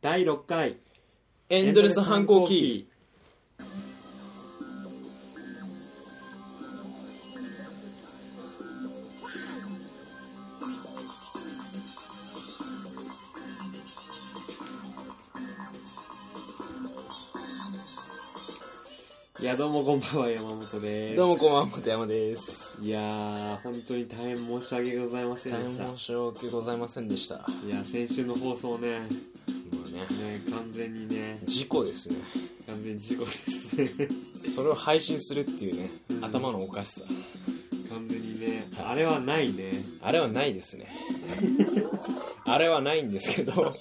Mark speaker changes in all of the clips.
Speaker 1: 第6回
Speaker 2: エンドレス反抗期
Speaker 1: いやどうもこんばんは山本です
Speaker 2: どうもこんばんは本山です
Speaker 1: いやー本当に大変申し訳ございません
Speaker 2: 大
Speaker 1: でした
Speaker 2: 変申し訳ございませんでしたも
Speaker 1: いや先週の放送ね
Speaker 2: うね
Speaker 1: ね完全にね
Speaker 2: 事故ですね
Speaker 1: 完全に事故ですね
Speaker 2: それを配信するっていうね、
Speaker 1: うん
Speaker 2: 頭のおかしさ
Speaker 1: 完全にね
Speaker 2: はい
Speaker 1: あれはないね
Speaker 2: あれはないですねあれはないんです けどもう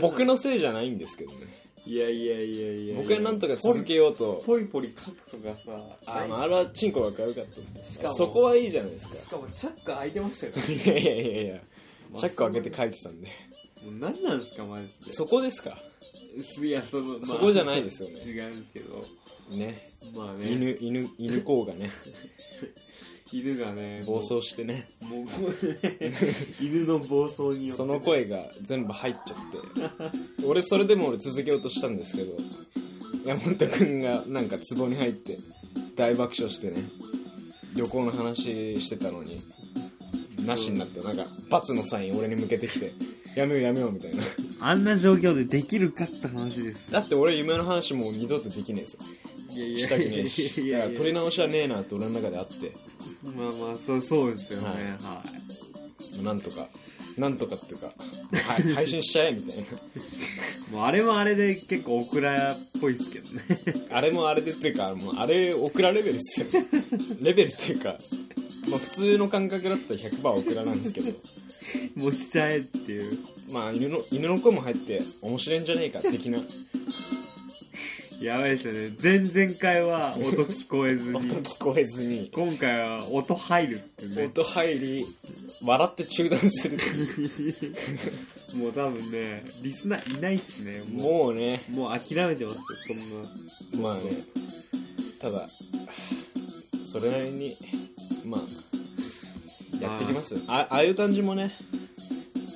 Speaker 2: 僕のせいじゃないんですけどね
Speaker 1: いやいやいやいや
Speaker 2: 僕はなんとか続けようと
Speaker 1: ポリポリ書くとかさ
Speaker 2: あ
Speaker 1: ない
Speaker 2: まああれはチンコが軽かったんで
Speaker 1: しかも
Speaker 2: そこはいいじゃないですか
Speaker 1: しかもチャック開いてましたよ
Speaker 2: いやいやいやいやチャック開けて
Speaker 1: い
Speaker 2: 書いてたんで
Speaker 1: もう何なんですかマジで
Speaker 2: そこですか
Speaker 1: いやその、まあ
Speaker 2: そこじゃないですよね
Speaker 1: 違うんですけど
Speaker 2: ね
Speaker 1: まあね
Speaker 2: 犬犬犬公がね
Speaker 1: 犬がね
Speaker 2: 暴走してね
Speaker 1: もうもうね犬の暴走によって
Speaker 2: その声が全部入っちゃって俺それでも俺続けようとしたんですけど山本君がなんか壺に入って大爆笑してね旅行の話してたのになしになってなんか罰のサイン俺に向けてきてやめようやめようみたいな
Speaker 1: あんな状況でできるかって話です
Speaker 2: だって俺夢の話もう二度とできねえぞ
Speaker 1: いやい
Speaker 2: したくねえ
Speaker 1: い
Speaker 2: し
Speaker 1: や
Speaker 2: だか
Speaker 1: い
Speaker 2: ら
Speaker 1: や
Speaker 2: 取り直しはねえなって俺の中であって
Speaker 1: まあまあそうそうですよね
Speaker 2: は
Speaker 1: はいい、
Speaker 2: なんとかなんとかっていうかはい配信しちゃえみたいな
Speaker 1: もうあれはあれで結構オクラっぽいですけどね
Speaker 2: あれもあれでっていうか、もうあれ、オクラレベルですよ。 レベルっていうか、まあ普通の感覚だったら100%オクラなんですけど、
Speaker 1: もうしちゃえっていう
Speaker 2: まあ犬の、犬の声も入って面白いんじゃねえか、的な。
Speaker 1: やばいですよね前々回は音聞こえず
Speaker 2: 音
Speaker 1: に
Speaker 2: 聞こえずに、
Speaker 1: 今回は音入るっていうね
Speaker 2: 音入り、笑って中断するっていう。
Speaker 1: もう多分ねリスナーいないっすねも
Speaker 2: もうね、
Speaker 1: うもう諦めてますよこんな
Speaker 2: まあね、ただ、それなりに、まあ、やってきますよ。あ、ああいう感じもね、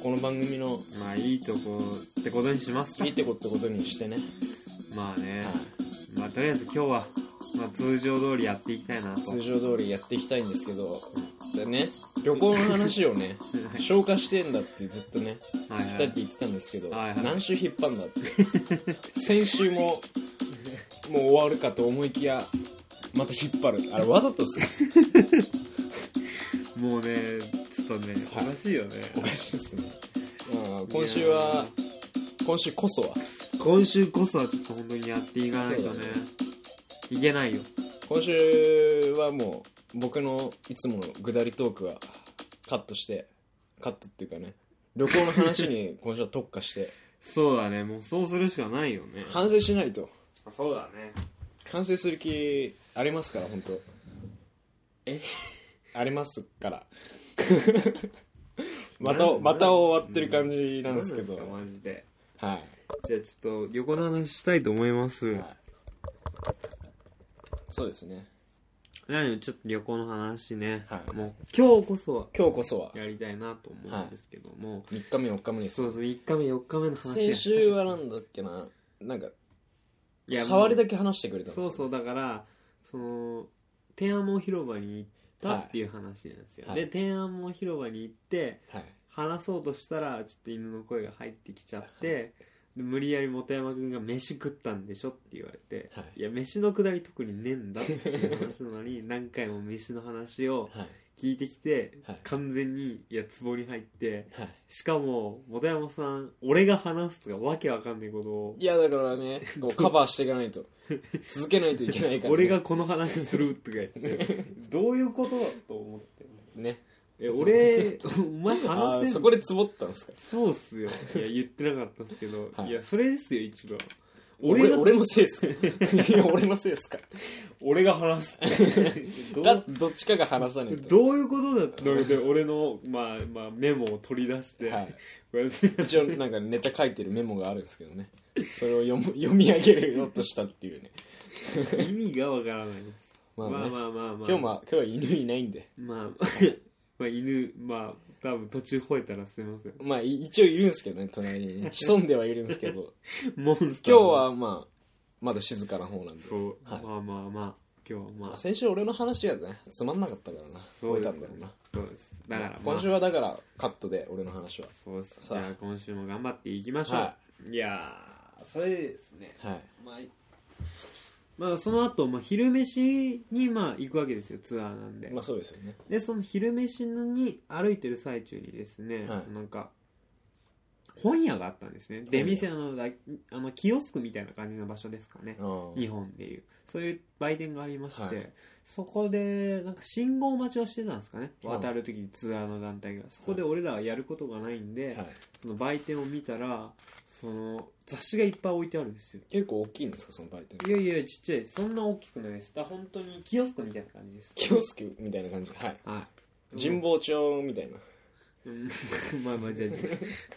Speaker 2: この番組の
Speaker 1: まあいいとこってことにしますか
Speaker 2: いいとこってことにしてね。
Speaker 1: まあね、まあとりあえず今日は、まあ、通常通りやっていきたいなと
Speaker 2: 通常通りやっていきたいんですけど、でね、旅行の話をね、消化してんだってずっとね、
Speaker 1: はい
Speaker 2: 二
Speaker 1: は
Speaker 2: 人
Speaker 1: い
Speaker 2: で言ってたんですけど、
Speaker 1: はいはい
Speaker 2: 何週引っ張んだって。先週も、もう終わるかと思いきや、また引っ張る。あれ、わざとっすか
Speaker 1: もうねちょっとねお
Speaker 2: はい
Speaker 1: かしいよね
Speaker 2: おかしいっすね。うん今週は、今週こそは、
Speaker 1: 今週こそはちょっと本当にやっていかないとねいけないよ
Speaker 2: 今週はもう、僕のいつものぐだりトークはカットして、カットっていうかね、旅行の話に今週は特化して、
Speaker 1: そうだねもうそうするしかないよね
Speaker 2: 反省しないと。
Speaker 1: そうだね
Speaker 2: 完成する気ありますから本当
Speaker 1: え
Speaker 2: ありますから またまた終わってる感じなんですけど、
Speaker 1: かマジで
Speaker 2: はい
Speaker 1: じゃあちょっと旅行の話したいと思います、
Speaker 2: はいそうですね
Speaker 1: なのでちょっと旅行の話ね、
Speaker 2: はい
Speaker 1: もう今日こそは
Speaker 2: 今日こそは
Speaker 1: やりたいなと思うんですけども、
Speaker 2: 3日目4日目です
Speaker 1: そうそう3日目4日目の話がしたい
Speaker 2: 先週はなんだっけななんか
Speaker 1: いや
Speaker 2: 触りだ
Speaker 1: け
Speaker 2: け話してくれたんですよ
Speaker 1: そうそうだからその天安門広場に行ったっていう話なんですよ、
Speaker 2: はい
Speaker 1: で天安門広場に行って
Speaker 2: はい
Speaker 1: 話そうとしたらちょっと犬の声が入ってきちゃって、で無理やり本山君が「飯食ったんでしょ?」って言われて「
Speaker 2: はい
Speaker 1: や飯のくだり特にねえんだ」っていう話なのに 何回も飯の話を
Speaker 2: はい
Speaker 1: 聞いてきて、
Speaker 2: はい
Speaker 1: 完全にいや壺に入って
Speaker 2: はい
Speaker 1: しかも本山さん俺が話すとかわけわかんないことを
Speaker 2: いやだからねこうカバーしていかな いと続けないといけないから、ね、
Speaker 1: 俺がこの話するとか言って どういうことだと思って
Speaker 2: ね
Speaker 1: え俺 お前
Speaker 2: あ
Speaker 1: 話
Speaker 2: ー
Speaker 1: せ
Speaker 2: そ
Speaker 1: ん
Speaker 2: こでツボったんですか
Speaker 1: そうっすよいや言ってなかったっすけど、
Speaker 2: はい
Speaker 1: い、やそれですよ一番
Speaker 2: 俺
Speaker 1: 俺が
Speaker 2: 俺のせい ですかいや俺のせいですか
Speaker 1: 俺が話すど
Speaker 2: だ
Speaker 1: う
Speaker 2: ってどっちかが話さないと
Speaker 1: どういうことだったので俺の、まあまあ、メモを取り出して、
Speaker 2: はい
Speaker 1: こうやって
Speaker 2: 一応なんかネタ書いてるメモがあるんですけどねそれを 読む読み上げるようとしたっていうね
Speaker 1: 意味がわからないです、
Speaker 2: ま
Speaker 1: ま
Speaker 2: あ
Speaker 1: あ
Speaker 2: ね
Speaker 1: まあまあまあ
Speaker 2: 今日も今日は犬いないんで
Speaker 1: まあまあ犬まあ多分途中吠えたらすいません
Speaker 2: まあい一応いるんですけどね隣 にね潜んではいるんですけど
Speaker 1: モンスター
Speaker 2: 今
Speaker 1: の
Speaker 2: 日はまあまだ静かな方なんで
Speaker 1: そう、
Speaker 2: はい
Speaker 1: まあまあまあ今日はま
Speaker 2: まあ
Speaker 1: あ
Speaker 2: 先週俺の話がねつまんなかったからな
Speaker 1: そう
Speaker 2: 覚
Speaker 1: で
Speaker 2: えた
Speaker 1: す
Speaker 2: んだろう
Speaker 1: そ
Speaker 2: な
Speaker 1: うですだから、まあ、
Speaker 2: 今週はだからカットで俺の話は
Speaker 1: そうですじ
Speaker 2: さあ
Speaker 1: ゃあ今週も頑張っていきましょう、、
Speaker 2: はい
Speaker 1: やーそれでですね
Speaker 2: はい
Speaker 1: まあまあその後、まあ昼飯にまあ行くわけですよツアーなんで、
Speaker 2: まあそうですよね
Speaker 1: でその昼飯に歩いてる最中にですね、
Speaker 2: はい
Speaker 1: そのなんか本屋があったんですね出店のだあのキオスクみたいな感じの場所ですかね
Speaker 2: あー
Speaker 1: 日本でいうそういう売店がありまして、
Speaker 2: はい
Speaker 1: そこでなんか信号待ちをしてたんですかね
Speaker 2: はい
Speaker 1: 渡る時にツアーの団体がそこで俺らはやることがないんで、
Speaker 2: はい、
Speaker 1: その売店を見たらその雑誌がいっぱい置いてあるんですよ
Speaker 2: 結構大きいんですかその売店
Speaker 1: いやいやちっちゃいですそんな大きくないですだから本当にキオスクみたいな感じです
Speaker 2: キオスクみたいな感じはい
Speaker 1: はい
Speaker 2: 神保町みたいな
Speaker 1: うん まあまあじゃあ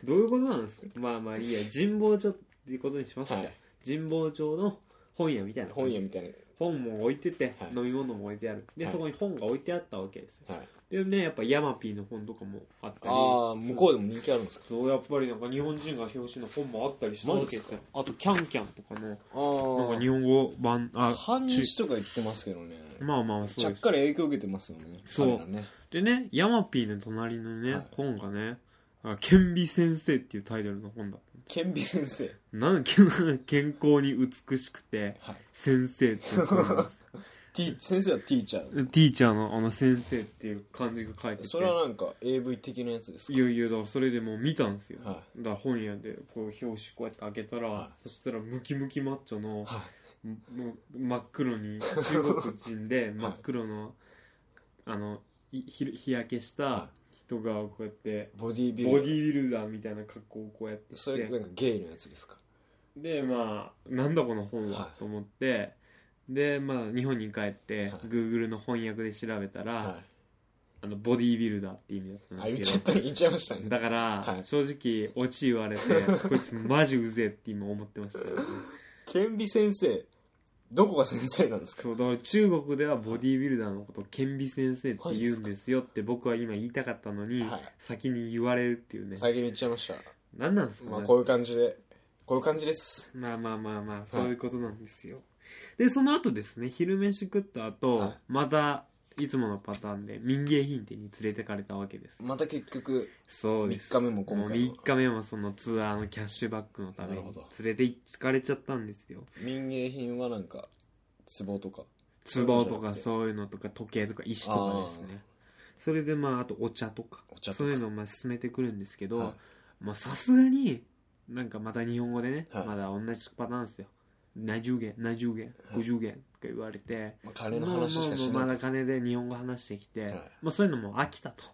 Speaker 1: どういうことなんですかまあまあいいや神保町っていうことにします、
Speaker 2: は
Speaker 1: じゃあ
Speaker 2: い
Speaker 1: 神保町の本屋みたいな
Speaker 2: 本屋みたいな
Speaker 1: 本も置いてて、
Speaker 2: はい
Speaker 1: 飲み物も置いてあるで、
Speaker 2: はい
Speaker 1: そこに本が置いてあったわけですよ
Speaker 2: はい
Speaker 1: でねやっぱヤマピーの本とかもあったり
Speaker 2: ああ向こうでも人気あるんですか
Speaker 1: そうやっぱりなんか日本人が表紙の本もあったりしたわけですよあとキャンキャンとかの
Speaker 2: あ
Speaker 1: なんか日
Speaker 2: あ
Speaker 1: 本語版あ
Speaker 2: 半日とか言ってますけどね
Speaker 1: まあまあ
Speaker 2: ち
Speaker 1: そ
Speaker 2: ゃ
Speaker 1: う
Speaker 2: っ
Speaker 1: です
Speaker 2: かり影響受けてますよね
Speaker 1: そう
Speaker 2: 彼らね
Speaker 1: でねヤマピーの隣のね、
Speaker 2: はい
Speaker 1: 本がねあ「顕微先生」っていうタイトルの本だ
Speaker 2: 顕微先生
Speaker 1: なん だっけな健康に美しくて
Speaker 2: はい
Speaker 1: 先生っていう感じなんです
Speaker 2: ティ先生はティーチャー
Speaker 1: ティーチャーのあの先生っていう漢字が書いてて
Speaker 2: それはなんか AV 的なやつです
Speaker 1: い
Speaker 2: か
Speaker 1: やいやだからそれでもう見たんですよ、
Speaker 2: は
Speaker 1: だから本屋でこう表紙こうやって開けたら、
Speaker 2: は
Speaker 1: そしたらムキムキマッチョの、
Speaker 2: は
Speaker 1: もう真っ黒に中国人 で真っ黒の、あのいひ日焼けした
Speaker 2: は
Speaker 1: 人がこうやって
Speaker 2: ボディービル
Speaker 1: ボディービルダーみたいな格好をこうやってし
Speaker 2: それな
Speaker 1: て
Speaker 2: んかゲイのやつですか
Speaker 1: でまあなんだこの本は
Speaker 2: はい
Speaker 1: と思ってでまあ日本に帰って
Speaker 2: はい
Speaker 1: Google の翻訳で調べたら
Speaker 2: は
Speaker 1: あのボディービルダーって意味だった
Speaker 2: い
Speaker 1: ん
Speaker 2: あ言
Speaker 1: で
Speaker 2: っ
Speaker 1: すけど
Speaker 2: ちゃった言っちゃいましたね
Speaker 1: だから、
Speaker 2: はい
Speaker 1: 正直オチ言わ れてこいつマジうぜえって今思ってましたよね
Speaker 2: 顕微先生どこが先生なんですか
Speaker 1: そうだから中国ではボディービルダーのことを顕微先生って言うんですよって僕は今言いたかったのに、
Speaker 2: はい
Speaker 1: 先に言われるっていうね
Speaker 2: 先に言っちゃいました
Speaker 1: 何なんですか、
Speaker 2: まあ
Speaker 1: マジで
Speaker 2: こういう感じでこういう感じです
Speaker 1: まあまあまあまあそういうことなんですよ、でその後ですね昼飯食った後、
Speaker 2: はい
Speaker 1: またいつものパターンで民芸品店に連れてかれたわけです
Speaker 2: また結局
Speaker 1: そうです
Speaker 2: 3日目も今
Speaker 1: もう
Speaker 2: 回
Speaker 1: 3
Speaker 2: も
Speaker 1: 日目もそのツアーのキャッシュバックのために
Speaker 2: なるほど
Speaker 1: 連れて行かれちゃったんですよ
Speaker 2: 民芸品はなんか壺とか
Speaker 1: 壺とかそういうのとか時計とか石とかです
Speaker 2: あー
Speaker 1: ねそれでまああとお茶とか
Speaker 2: お茶とか
Speaker 1: そういうのをまあ進めてくるんですけど、
Speaker 2: はい
Speaker 1: まあさすがになんかまた日本語でね、
Speaker 2: はい
Speaker 1: まだ同じパターンですよ70元70元
Speaker 2: はい
Speaker 1: 50元とか言われて、
Speaker 2: まあ金の
Speaker 1: もうも
Speaker 2: 話しかし
Speaker 1: う
Speaker 2: な
Speaker 1: ま
Speaker 2: い
Speaker 1: だ金で日本語話してきて、
Speaker 2: はい
Speaker 1: まあ、そういうのも飽きたと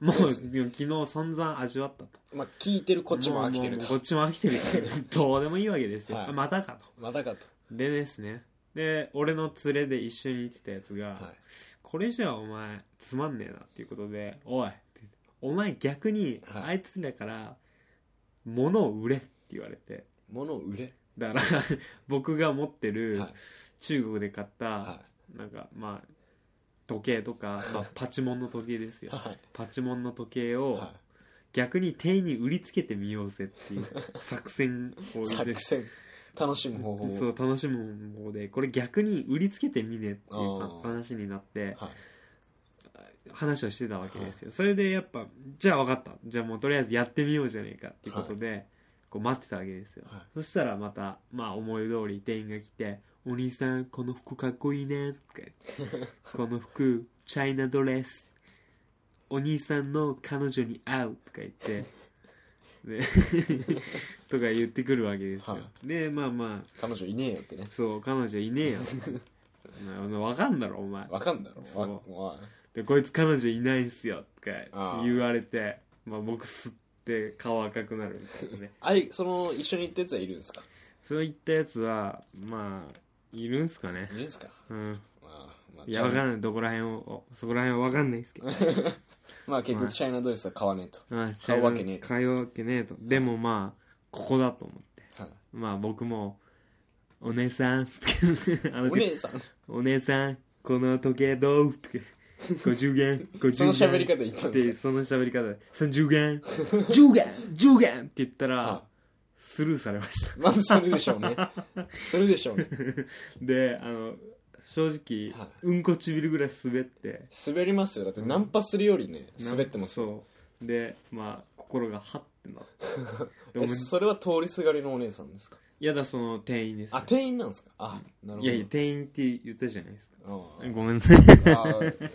Speaker 1: もう
Speaker 2: そう
Speaker 1: 昨
Speaker 2: です
Speaker 1: 日散々味わったと
Speaker 2: まあ聞いてるこっちも飽きて
Speaker 1: う
Speaker 2: る
Speaker 1: うこっ
Speaker 2: と
Speaker 1: ちも飽きてるし どうでもいいわけですよ、
Speaker 2: はい
Speaker 1: あまたかと
Speaker 2: またかと
Speaker 1: でですねで俺の連れで一緒に行ってたやつが、
Speaker 2: はい
Speaker 1: これじゃお前つまんねえなっていうことで「おい」ってお前逆に
Speaker 2: はい
Speaker 1: あいつらから物を売れ」って言われて
Speaker 2: 物を売れ
Speaker 1: だから 僕が持ってる
Speaker 2: はい
Speaker 1: 中国で買った、
Speaker 2: は
Speaker 1: なんかまあ時計とか、まあ、パチモンの時計です
Speaker 2: い
Speaker 1: よ
Speaker 2: はい
Speaker 1: パチモンの時計を
Speaker 2: は
Speaker 1: 逆に店員に売りつけてみようぜっていう作戦を
Speaker 2: い作戦楽しむ方法を
Speaker 1: そう楽しむ方法でこれ逆に売りつけてみねっていうか
Speaker 2: あー
Speaker 1: 話になって
Speaker 2: はい
Speaker 1: 話をしてたわけですよ、それでやっぱじゃあ分かったじゃあもうとりあえずやってみようじゃねえかっていうことで、こう待ってたわけですよ、
Speaker 2: はい
Speaker 1: そしたらまた、まあ、思い通り店員が来て「お兄さんこの服かっこいいね」とか言って「この服チャイナドレス」「お兄さんの彼女に会う」とか言ってでとか言ってくるわけですよ、
Speaker 2: は
Speaker 1: でまあまあ
Speaker 2: 彼女いねえよってね
Speaker 1: そう彼女いねえよ お前分かんだろお前
Speaker 2: わかんだろ
Speaker 1: そう
Speaker 2: わわ
Speaker 1: でこいつ彼女いないんすよと
Speaker 2: あ
Speaker 1: か
Speaker 2: ー
Speaker 1: 言われてまあ、僕吸って顔赤くなるみたいな ね
Speaker 2: あいその一緒に行ったやつはいるんですか
Speaker 1: そういったやつはまあいるんすかね
Speaker 2: いるんですか
Speaker 1: うん
Speaker 2: まあまあ
Speaker 1: いやわ
Speaker 2: チャイ
Speaker 1: かんないどこら辺をそこら辺はわかんないですけど
Speaker 2: まあ結局チャイナドレスは買わねえと
Speaker 1: まあ
Speaker 2: 買うわけねえと
Speaker 1: 買うわけねえとでもまあここだと思って
Speaker 2: はい
Speaker 1: まあ僕もお姉さんあの
Speaker 2: お姉さん
Speaker 1: お姉さんこの時計どう?」とか50元50元
Speaker 2: その喋り方言ったんです
Speaker 1: でその喋り方で30元10元10元って言った
Speaker 2: か、
Speaker 1: ら
Speaker 2: は
Speaker 1: スルーされました
Speaker 2: い、まずするでしょうねするでしょうね
Speaker 1: であの正直、
Speaker 2: はい
Speaker 1: うんこちびるぐらい滑って
Speaker 2: 滑りますよだってナンパするよりね
Speaker 1: なん
Speaker 2: 滑ってますよ
Speaker 1: そうでまあ心がハッてなって でも
Speaker 2: えそれは通りすがりのお姉さんですか
Speaker 1: いやだその店員です
Speaker 2: あ店員なんですかあなるほど
Speaker 1: いやいや店員って言ったじゃないですか
Speaker 2: あー
Speaker 1: ごめん なさい
Speaker 2: あー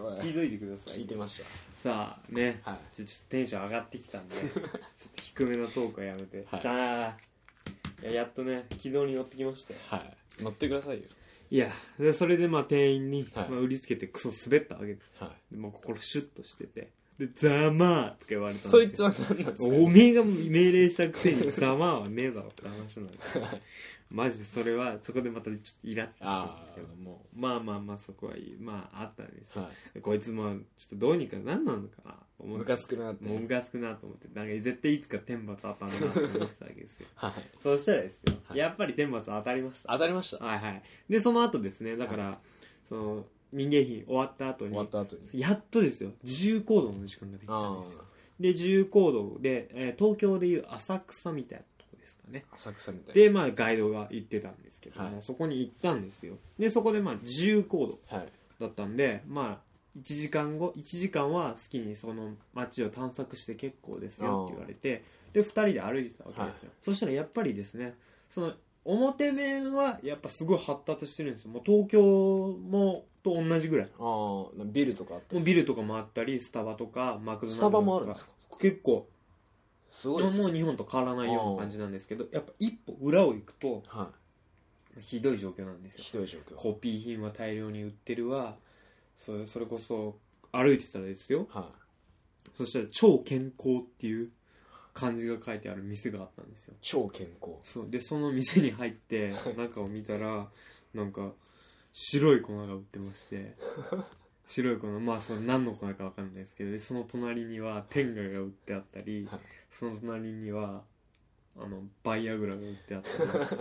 Speaker 2: おいおい
Speaker 1: といてくだ
Speaker 2: 聞いてまし
Speaker 1: さあね
Speaker 2: たはい
Speaker 1: ちょちょっとテンション上がってきた んでちょっと低めのトークはやめて、
Speaker 2: はい
Speaker 1: じゃあいややっとね軌道に乗ってきましたよ
Speaker 2: はい乗ってくださいよ
Speaker 1: いやでそれでまあ店員に、
Speaker 2: はい
Speaker 1: まあ、売りつけてクソ滑ったわけです
Speaker 2: は
Speaker 1: でもう心シュッとしててで「ざまー」とか言われ
Speaker 2: い
Speaker 1: たんですよ
Speaker 2: そいつは何なんですか
Speaker 1: おめえが命令したくせ に「ざまー」はねえだろって話なんでマジそれはそこでまたちょっとイラッとしたん
Speaker 2: あ
Speaker 1: です
Speaker 2: あ
Speaker 1: けど
Speaker 2: も
Speaker 1: まあまあまあそこはいいまああったんです
Speaker 2: う
Speaker 1: よ
Speaker 2: はい
Speaker 1: でこいつもちょっとどうにかなんなのかなと思っ
Speaker 2: ム
Speaker 1: て
Speaker 2: カつくなって
Speaker 1: もうムカつくなと思ってなんか絶対いつか天罰当たるなと思ってたわけです よ
Speaker 2: はい
Speaker 1: そうしたらですよ、
Speaker 2: はい
Speaker 1: やっぱり天罰当たりました
Speaker 2: 当たりました
Speaker 1: はいはいでその後ですねだから、その民芸品終わった後
Speaker 2: 終
Speaker 1: に
Speaker 2: わった後に
Speaker 1: やっとですよ自由行動の時間ができたん
Speaker 2: あ
Speaker 1: ですよ
Speaker 2: あ
Speaker 1: で自由行動で、えー東京でいう浅草みたいなとこですかね
Speaker 2: 浅草みたいな
Speaker 1: でまあガイドが行ってたんですけども、
Speaker 2: はい
Speaker 1: そこに行ったんですよでそこでまあ自由行動
Speaker 2: はい
Speaker 1: だったんでまあ1時間後1時間は好きにその街を探索して結構ですよって言われてで2人で歩いてたわけですよ、そしたらやっぱりですねその表面はやっぱすごい発達してるんですよもう東京もと同じぐらい
Speaker 2: ああビルとかあった
Speaker 1: もうビルとかもあったりスタバとかマクドナルドとか
Speaker 2: スタバもあるんですか
Speaker 1: 結構
Speaker 2: すごいですね
Speaker 1: もう日本と変わらないような感じなんですけどやっぱ一歩裏を行くと
Speaker 2: は
Speaker 1: ひどい状況なんです
Speaker 2: い
Speaker 1: よ
Speaker 2: ひどい状況
Speaker 1: コピー品は大量に売ってるわそれそれこそ歩いてたらですよ
Speaker 2: は
Speaker 1: そしたら超健康っていう漢字が書いてある店があったんですよ
Speaker 2: い超健康
Speaker 1: そうでその店に入って中を見たらなんか白い粉が売ってまして 白い粉まあその何の粉か分かんないですけどでその隣には天下が売ってあったり
Speaker 2: はい
Speaker 1: その隣にはあのバイアグラが売ってあった り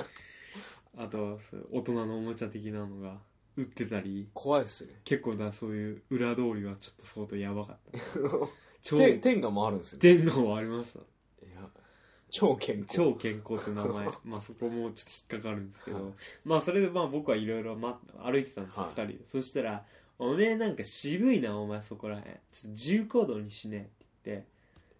Speaker 1: あとはそう大人のおもちゃ的なのが売ってたり
Speaker 2: 怖いっすね
Speaker 1: 結構だそういう裏通りはちょっと相当やばかった超
Speaker 2: て天下もあるんですよね
Speaker 1: 天下もありました
Speaker 2: いや超健康
Speaker 1: 超健康って名 前まあそこもちょっと引っかかるんですけど、
Speaker 2: はい
Speaker 1: まあそれでまあ僕はいろいろま歩いてたんですよ、
Speaker 2: は
Speaker 1: 2
Speaker 2: い
Speaker 1: 人でそしたら「おめえなんか渋いなお前そこらへんちょっと自由行動にしね」って言って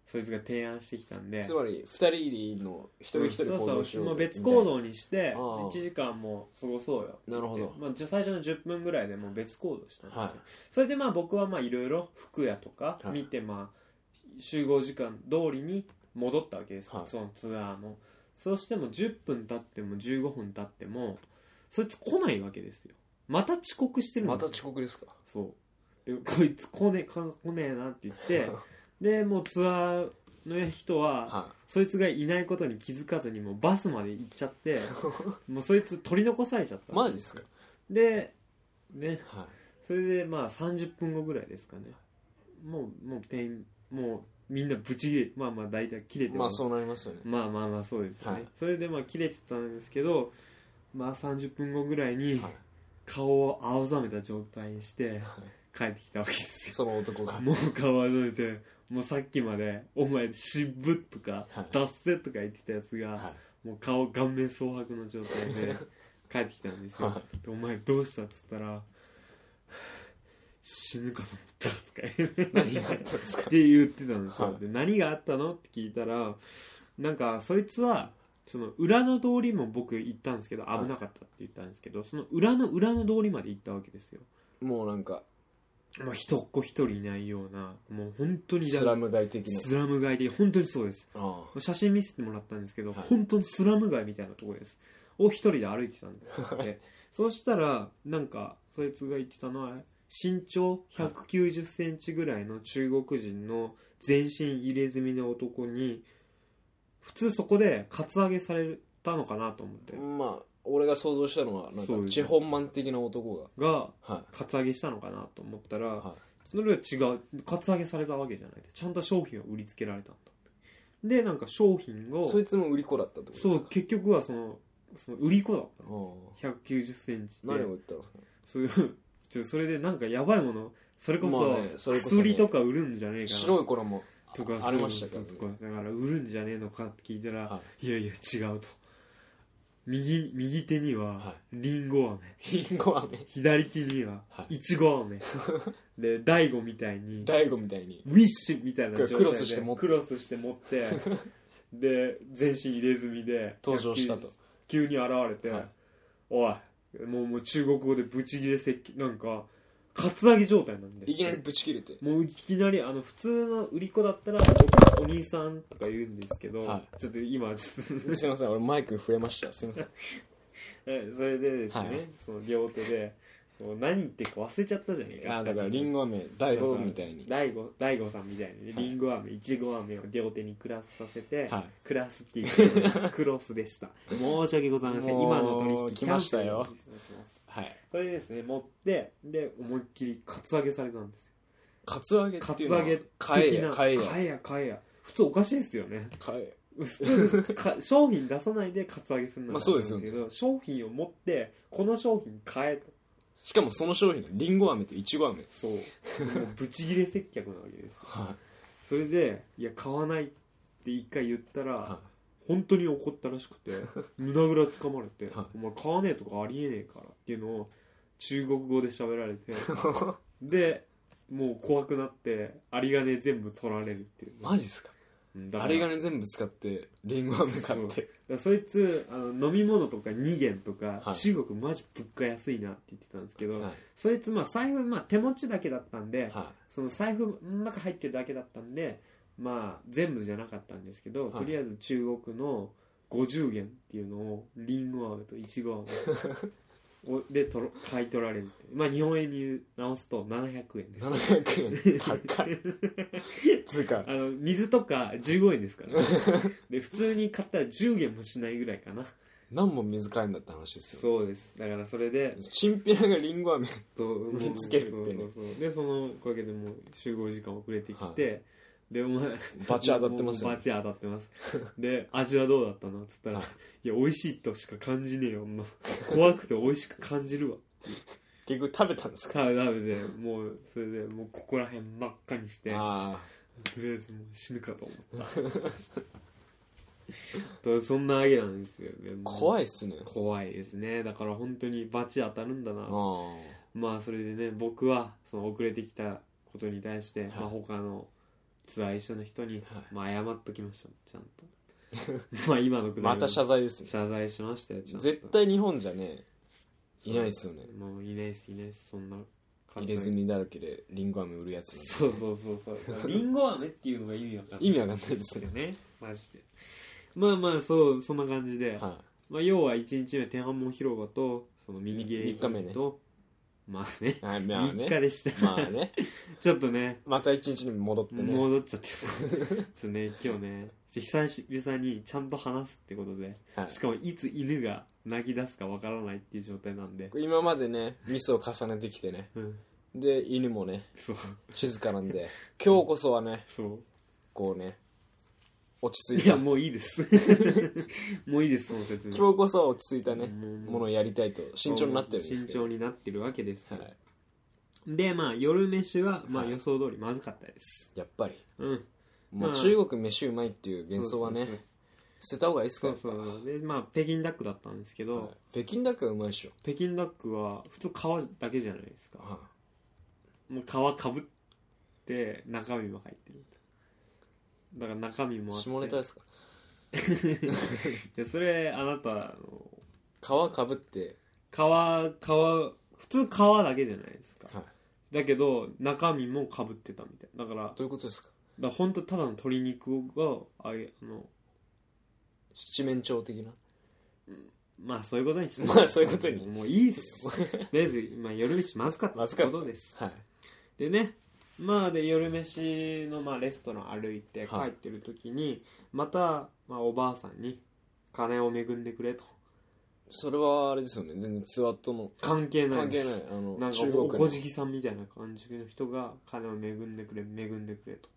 Speaker 1: そいつが提案してきたんで
Speaker 2: つまり2人の一人一人行動し
Speaker 1: うんそうそう
Speaker 2: よ
Speaker 1: もう
Speaker 2: う
Speaker 1: 別行
Speaker 2: み
Speaker 1: 動にして
Speaker 2: あー
Speaker 1: 1時間も過ごそうよ
Speaker 2: なるほど
Speaker 1: まあ、じゃあ最初の10分ぐらいでもう別行動したんですよ、
Speaker 2: はい
Speaker 1: それでまあ僕はまあいろいろ服屋とか
Speaker 2: はい
Speaker 1: 見てまあ集合時間通りに戻ったわけです、
Speaker 2: はい
Speaker 1: そのツアーもそうしても10分経っても15分経ってもそいつ来ないわけですよまた遅刻して
Speaker 2: たい
Speaker 1: るん
Speaker 2: な
Speaker 1: で
Speaker 2: ますた
Speaker 1: よ
Speaker 2: 遅刻ですか
Speaker 1: そうでこいつ来ねえか来ねえなって言 ってでもうツアーの人は
Speaker 2: は
Speaker 1: そいつがいないことに気づかずにもうバスまで行っちゃ って
Speaker 2: い
Speaker 1: もうそいつ取り残されちゃった
Speaker 2: マジっすか
Speaker 1: でね
Speaker 2: はい
Speaker 1: それでまあ30分後ぐらいですかねもうもう店員もうみんなブチ切れまあまあ大体切れて
Speaker 2: まあ
Speaker 1: す
Speaker 2: そうなりますよね
Speaker 1: まあまあまあそうですよね、
Speaker 2: はい
Speaker 1: それでまあ切れてたんですけどまあ30分後ぐらいに
Speaker 2: はい
Speaker 1: 顔を青ざめた状態にして帰ってきたわけですよ
Speaker 2: その男が
Speaker 1: もう顔を青ざめてもうさっきまで「お前渋っ」とか
Speaker 2: はい
Speaker 1: 「脱せ」とか言ってたやつが、
Speaker 2: は
Speaker 1: もう顔顔面蒼白の状態で帰ってきたんですよ
Speaker 2: は
Speaker 1: 「でお前どうした?」っつったら「死ぬかと思った」とか
Speaker 2: い何
Speaker 1: 言
Speaker 2: が
Speaker 1: う
Speaker 2: あったんです
Speaker 1: っ
Speaker 2: か
Speaker 1: て言ってたんですよ、
Speaker 2: はい
Speaker 1: で何があったのって聞いたらなんかそいつはその裏の通りも僕行ったんですけど
Speaker 2: い
Speaker 1: 危なかったって言ったんですけど、その裏の裏の通りまで行ったわけですよ
Speaker 2: もうなんか
Speaker 1: もう人っ子一人いないようなもう本当にだ
Speaker 2: スラム街的な
Speaker 1: スラム街で本当にそうです
Speaker 2: あ
Speaker 1: 写真見せてもらったんですけど、
Speaker 2: はい
Speaker 1: 本当にスラム街みたいなところですを一人で歩いてたんです って、そうしたらなんかそいつが言ってたのは身長1 9 0センチぐらいの中国人の全身入れ墨の男に普通そこでカツアゲされたのかなと思って
Speaker 2: あまあ俺が想像したのはなん
Speaker 1: そうで
Speaker 2: か
Speaker 1: す
Speaker 2: 地方マン的な男が
Speaker 1: が
Speaker 2: は
Speaker 1: カツアゲしたのかなと思ったら、
Speaker 2: は
Speaker 1: それは違うカツアゲされたわけじゃないちゃんと商品を売りつけられたんだってでなんか商品
Speaker 2: い
Speaker 1: を
Speaker 2: そいつも売り子だったってこと
Speaker 1: そう結局はそのその売り子だったんです
Speaker 2: あ
Speaker 1: 190センチ
Speaker 2: あ何
Speaker 1: で
Speaker 2: を言ったんですか
Speaker 1: そういうちちょそれでなんかやばいものそれこそ,、
Speaker 2: まあねそれこそね
Speaker 1: 薬とか売るんじゃねえかな
Speaker 2: 白いコラ も
Speaker 1: とか
Speaker 2: ありましたけどね
Speaker 1: そうそうそうだから売るんじゃねえのかって聞いたら、、
Speaker 2: はい
Speaker 1: やいや違うと右右手には
Speaker 2: は
Speaker 1: リンゴ飴、
Speaker 2: リンゴ飴
Speaker 1: 左手には
Speaker 2: はい
Speaker 1: いちご 飴、で大悟みたいに
Speaker 2: 大悟みたいに
Speaker 1: ウィッシュみたいな状態で
Speaker 2: クロスして持って
Speaker 1: クロスして持ってで全身入れ墨で
Speaker 2: 登場したと
Speaker 1: 急に現れて、
Speaker 2: はい
Speaker 1: おいもうもう中国語でブチギレ説教なんかカツアゲ状態なんです
Speaker 2: いきなりぶち切れて
Speaker 1: もういきなりあの普通の売り子だったらおお兄さんとか言うんですけど、
Speaker 2: は
Speaker 1: ちょっと今ちょっと
Speaker 2: すいません俺マイク触れましたすいません
Speaker 1: えそれでですね、
Speaker 2: はい
Speaker 1: その両手でもう何言ってるか忘れちゃったじゃねえか
Speaker 2: あだからリンゴ飴大悟みたいに
Speaker 1: 大悟大悟さんみたいにね
Speaker 2: はい
Speaker 1: リンゴ飴いちご飴を両手にクラスさせて、
Speaker 2: はい
Speaker 1: クラスっていうクロスでした申し訳ございません
Speaker 2: もう
Speaker 1: 今の取引
Speaker 2: 来ましたよ
Speaker 1: キャンセルお願いします
Speaker 2: はい
Speaker 1: それでですね持ってで思いっきりカツアゲされたんですよ
Speaker 2: カツアゲっ
Speaker 1: カ
Speaker 2: てい
Speaker 1: ツ
Speaker 2: うの
Speaker 1: ア
Speaker 2: は
Speaker 1: ゲ
Speaker 2: 買え
Speaker 1: 的
Speaker 2: や
Speaker 1: な
Speaker 2: 買えや
Speaker 1: 買えや買えや普通おかしいですよね
Speaker 2: 買え
Speaker 1: か商品出さないでカツアゲするの
Speaker 2: まあ
Speaker 1: が
Speaker 2: そうですよ
Speaker 1: なん
Speaker 2: ね
Speaker 1: けど、商品を持ってこの商品買えと
Speaker 2: しかもその商品がリンゴ飴とイチゴ飴
Speaker 1: そうもうブチギレ接客なわけです
Speaker 2: は
Speaker 1: それで「いや買わない」って一回言ったら、
Speaker 2: いは
Speaker 1: 本当に怒ったらしく て胸ぐらつかまれて
Speaker 2: は
Speaker 1: 「お前買わねえとかありえねえから」っていうのを中国語で喋られてでもう怖くなって有り金全部取られるっていう
Speaker 2: いマジっすか
Speaker 1: うんだか
Speaker 2: あ
Speaker 1: ら
Speaker 2: れがね全部使ってリンゴ飴買っ
Speaker 1: だ
Speaker 2: て
Speaker 1: からそいつあの飲み物とか2元とか、
Speaker 2: はい
Speaker 1: 中国マジ物価安いなって言ってたんですけど、
Speaker 2: はい
Speaker 1: そいつまあ財布、まあ、手持ちだけだったんで、
Speaker 2: は
Speaker 1: その財布の中入ってるだけだったんでまあ全部じゃなかったんですけど、
Speaker 2: はい
Speaker 1: とりあえず中国の50元っていうのをリンゴ飴とイチゴ 飴をでとろ買い取られるってまあ日本円に直すと700円
Speaker 2: い
Speaker 1: です
Speaker 2: 700円高 いつうか
Speaker 1: あの水とか15円です から、ね、で普通に買ったら10元もしないぐらいかな
Speaker 2: 何本水買えんだって話ですよ
Speaker 1: そうですだからそれで
Speaker 2: チンピラがリンゴ飴
Speaker 1: そう
Speaker 2: 見つけるって
Speaker 1: そ
Speaker 2: ね
Speaker 1: うそうそうでそのおかげでもう集合時間遅れてきて、でお前
Speaker 2: バチ当たってますよ
Speaker 1: もうバチ当たってますで味はどうだったのっつったら「
Speaker 2: はい
Speaker 1: いや美味しいとしか感じねえよもう怖くて美味しく感じるわ」
Speaker 2: 結局食べたんですか
Speaker 1: 食べてもうそれでもうここら辺真っ赤にして
Speaker 2: あ
Speaker 1: とりあえずもう死ぬかと思った とそんなわけなんですよね
Speaker 2: あ怖
Speaker 1: い
Speaker 2: いっすね
Speaker 1: 怖いですねだから本当にバチ当たるんだな
Speaker 2: あ
Speaker 1: と
Speaker 2: ー
Speaker 1: まあそれでね僕はその遅れてきたことに対して、まあ、他のツアー一緒の人に、
Speaker 2: はい
Speaker 1: まあ謝っときましたちゃんと まあ今のくだ
Speaker 2: ま
Speaker 1: り
Speaker 2: た謝罪ですね
Speaker 1: 謝罪しましたよちゃんと
Speaker 2: 絶対日本じゃねいないっすよね
Speaker 1: もういないっすいないっすそんな
Speaker 2: 入れ墨だらけでリンゴ飴売るやつなんて
Speaker 1: そうそうそうそうリンゴ飴っていうのが意味わかんない
Speaker 2: 意味
Speaker 1: わ
Speaker 2: わかんないで
Speaker 1: か
Speaker 2: す
Speaker 1: ん
Speaker 2: よ
Speaker 1: ないよねマジでまあまあそうそんな感じで、
Speaker 2: は
Speaker 1: まあ、要は1日目天安門広場とそのミニゲーイベント
Speaker 2: 三日目ね
Speaker 1: まあね
Speaker 2: いはいまあ
Speaker 1: 3日
Speaker 2: ね
Speaker 1: でした、
Speaker 2: まあね
Speaker 1: ちょっとね
Speaker 2: また一日に戻ってね
Speaker 1: 戻っちゃって そうね今日ねちょ久々にちゃんと話すってことで
Speaker 2: はい
Speaker 1: しかもいつ犬が泣き出すかわからないっていう状態なんで、
Speaker 2: 今までねミスを重ねてきてね
Speaker 1: うん、
Speaker 2: で犬もね
Speaker 1: そう
Speaker 2: 静かなん で今日こそはね
Speaker 1: そ
Speaker 2: こうね落ち
Speaker 1: う
Speaker 2: 着い
Speaker 1: いや
Speaker 2: た
Speaker 1: もういいですもういいですその説明
Speaker 2: 今日こそは落ち着いたね
Speaker 1: うん
Speaker 2: ものをやりたいと慎重になってるんです
Speaker 1: 慎
Speaker 2: けど
Speaker 1: 重になってるわけです、
Speaker 2: はい
Speaker 1: でまあ夜飯は、まあ、
Speaker 2: はい
Speaker 1: 予想通りまずかったです、
Speaker 2: やっぱり
Speaker 1: うんま
Speaker 2: もう
Speaker 1: あ
Speaker 2: 中国飯うまいっていう幻想はね捨てた方がいいっすか
Speaker 1: そ
Speaker 2: ら
Speaker 1: うそうそうそうそうでまあ北京ダックだったんですけど、
Speaker 2: はい北京ダックはうまいっしょ
Speaker 1: 北京ダックは普通皮だけじゃないですか
Speaker 2: は
Speaker 1: もう皮かぶって中身も入ってるだから中身
Speaker 2: い
Speaker 1: もあって
Speaker 2: 下ネタです か
Speaker 1: いやそれあなたあ
Speaker 2: 皮かぶって
Speaker 1: の皮皮普通皮だけじゃないですか
Speaker 2: はい
Speaker 1: だけど中身もかぶってたみたいだからだか
Speaker 2: どういうことですから
Speaker 1: 本当ただの鶏肉があれあの
Speaker 2: 七面鳥的な
Speaker 1: まあそういうことにして
Speaker 2: まあそういうことに
Speaker 1: もういいっすとりあえず今夜飯まずかった
Speaker 2: ま
Speaker 1: っ
Speaker 2: ず
Speaker 1: て
Speaker 2: かった
Speaker 1: ことです
Speaker 2: はい
Speaker 1: でねまあで夜飯のまあレストラン歩いて
Speaker 2: はい
Speaker 1: 帰ってる時に、また、まあ、おばあさんに「金を恵んでくれ」と
Speaker 2: それはあれですよね全然ツアーとの
Speaker 1: 関係ない
Speaker 2: 関
Speaker 1: で
Speaker 2: 係
Speaker 1: す
Speaker 2: ないあの
Speaker 1: なんか
Speaker 2: 中
Speaker 1: お
Speaker 2: 国
Speaker 1: こ
Speaker 2: の
Speaker 1: じきさんみたいな感じの人が「金を恵んでくれ恵んでくれ」と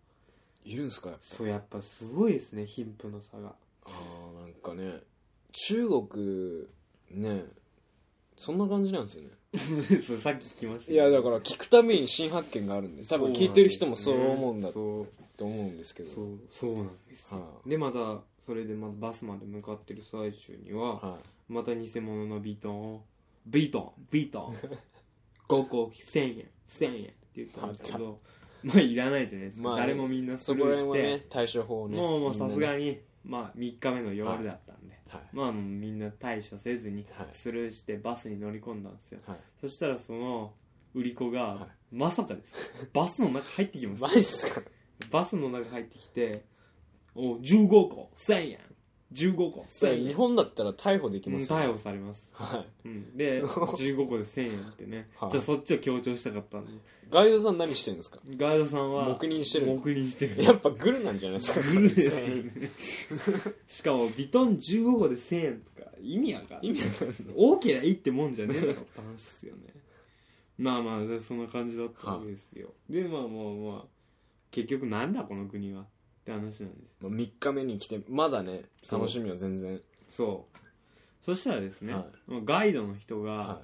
Speaker 2: いるんすかやっぱ
Speaker 1: そうやっぱすごいですね貧富の差が
Speaker 2: あーなんかね中国ねそんな感じなんですよね
Speaker 1: それさっき聞きました
Speaker 2: い
Speaker 1: ね
Speaker 2: やだから聞くために新発見があるんで多分聞いてる人もそう思うんだと
Speaker 1: そう
Speaker 2: 思うんですけど
Speaker 1: そうそうなんですよ、
Speaker 2: は
Speaker 1: でまたそれでまたバスまで向かってる最中には、
Speaker 2: は
Speaker 1: また偽物のビートンをビートンビー トン5個1000円1000円って言ったんですけどまあいらないじゃないです
Speaker 2: い、
Speaker 1: か、誰もみんなス
Speaker 2: そ
Speaker 1: ル
Speaker 2: こ
Speaker 1: ー
Speaker 2: ら
Speaker 1: し
Speaker 2: 辺は
Speaker 1: て、
Speaker 2: ね対処法をね
Speaker 1: もうもう
Speaker 2: みん
Speaker 1: さ
Speaker 2: なね
Speaker 1: すがにまあ3日目の夜だったんで、
Speaker 2: はい
Speaker 1: まあもうみんな対処せずに
Speaker 2: はい
Speaker 1: スルーしてバスに乗り込んだんですよ、
Speaker 2: はい
Speaker 1: そしたらその売り子が、
Speaker 2: はい
Speaker 1: まさか ですバスの中入ってきました
Speaker 2: マジっすか
Speaker 1: バスの中入ってきて「お15個1000円15個1000
Speaker 2: 日
Speaker 1: 円」
Speaker 2: 本だったら逮捕でき
Speaker 1: うん
Speaker 2: ますよ、
Speaker 1: 逮捕されます、
Speaker 2: はい
Speaker 1: うん、 で15個で1000円ってね、
Speaker 2: はい
Speaker 1: じゃあそっちを強調したかったんで
Speaker 2: ガイドさん何してるん ですか
Speaker 1: ガイドさんは
Speaker 2: 黙認してるんです
Speaker 1: 黙認してる
Speaker 2: やっぱグルなん じゃないですか
Speaker 1: グルですよ
Speaker 2: それ
Speaker 1: ねしかもビトン15個で1000円とか意味やからん
Speaker 2: 意味わかんない
Speaker 1: 多けりゃいいってもんじゃねえだろって話ですよねまあまあでそんな感じだったわけですよ、でまあまあまあ結局なんだこの国はって話なんです
Speaker 2: まあ3日目に来てまだね
Speaker 1: そう
Speaker 2: 楽しみは全然
Speaker 1: そうそしたらですね、
Speaker 2: は
Speaker 1: ガイドの人が、
Speaker 2: は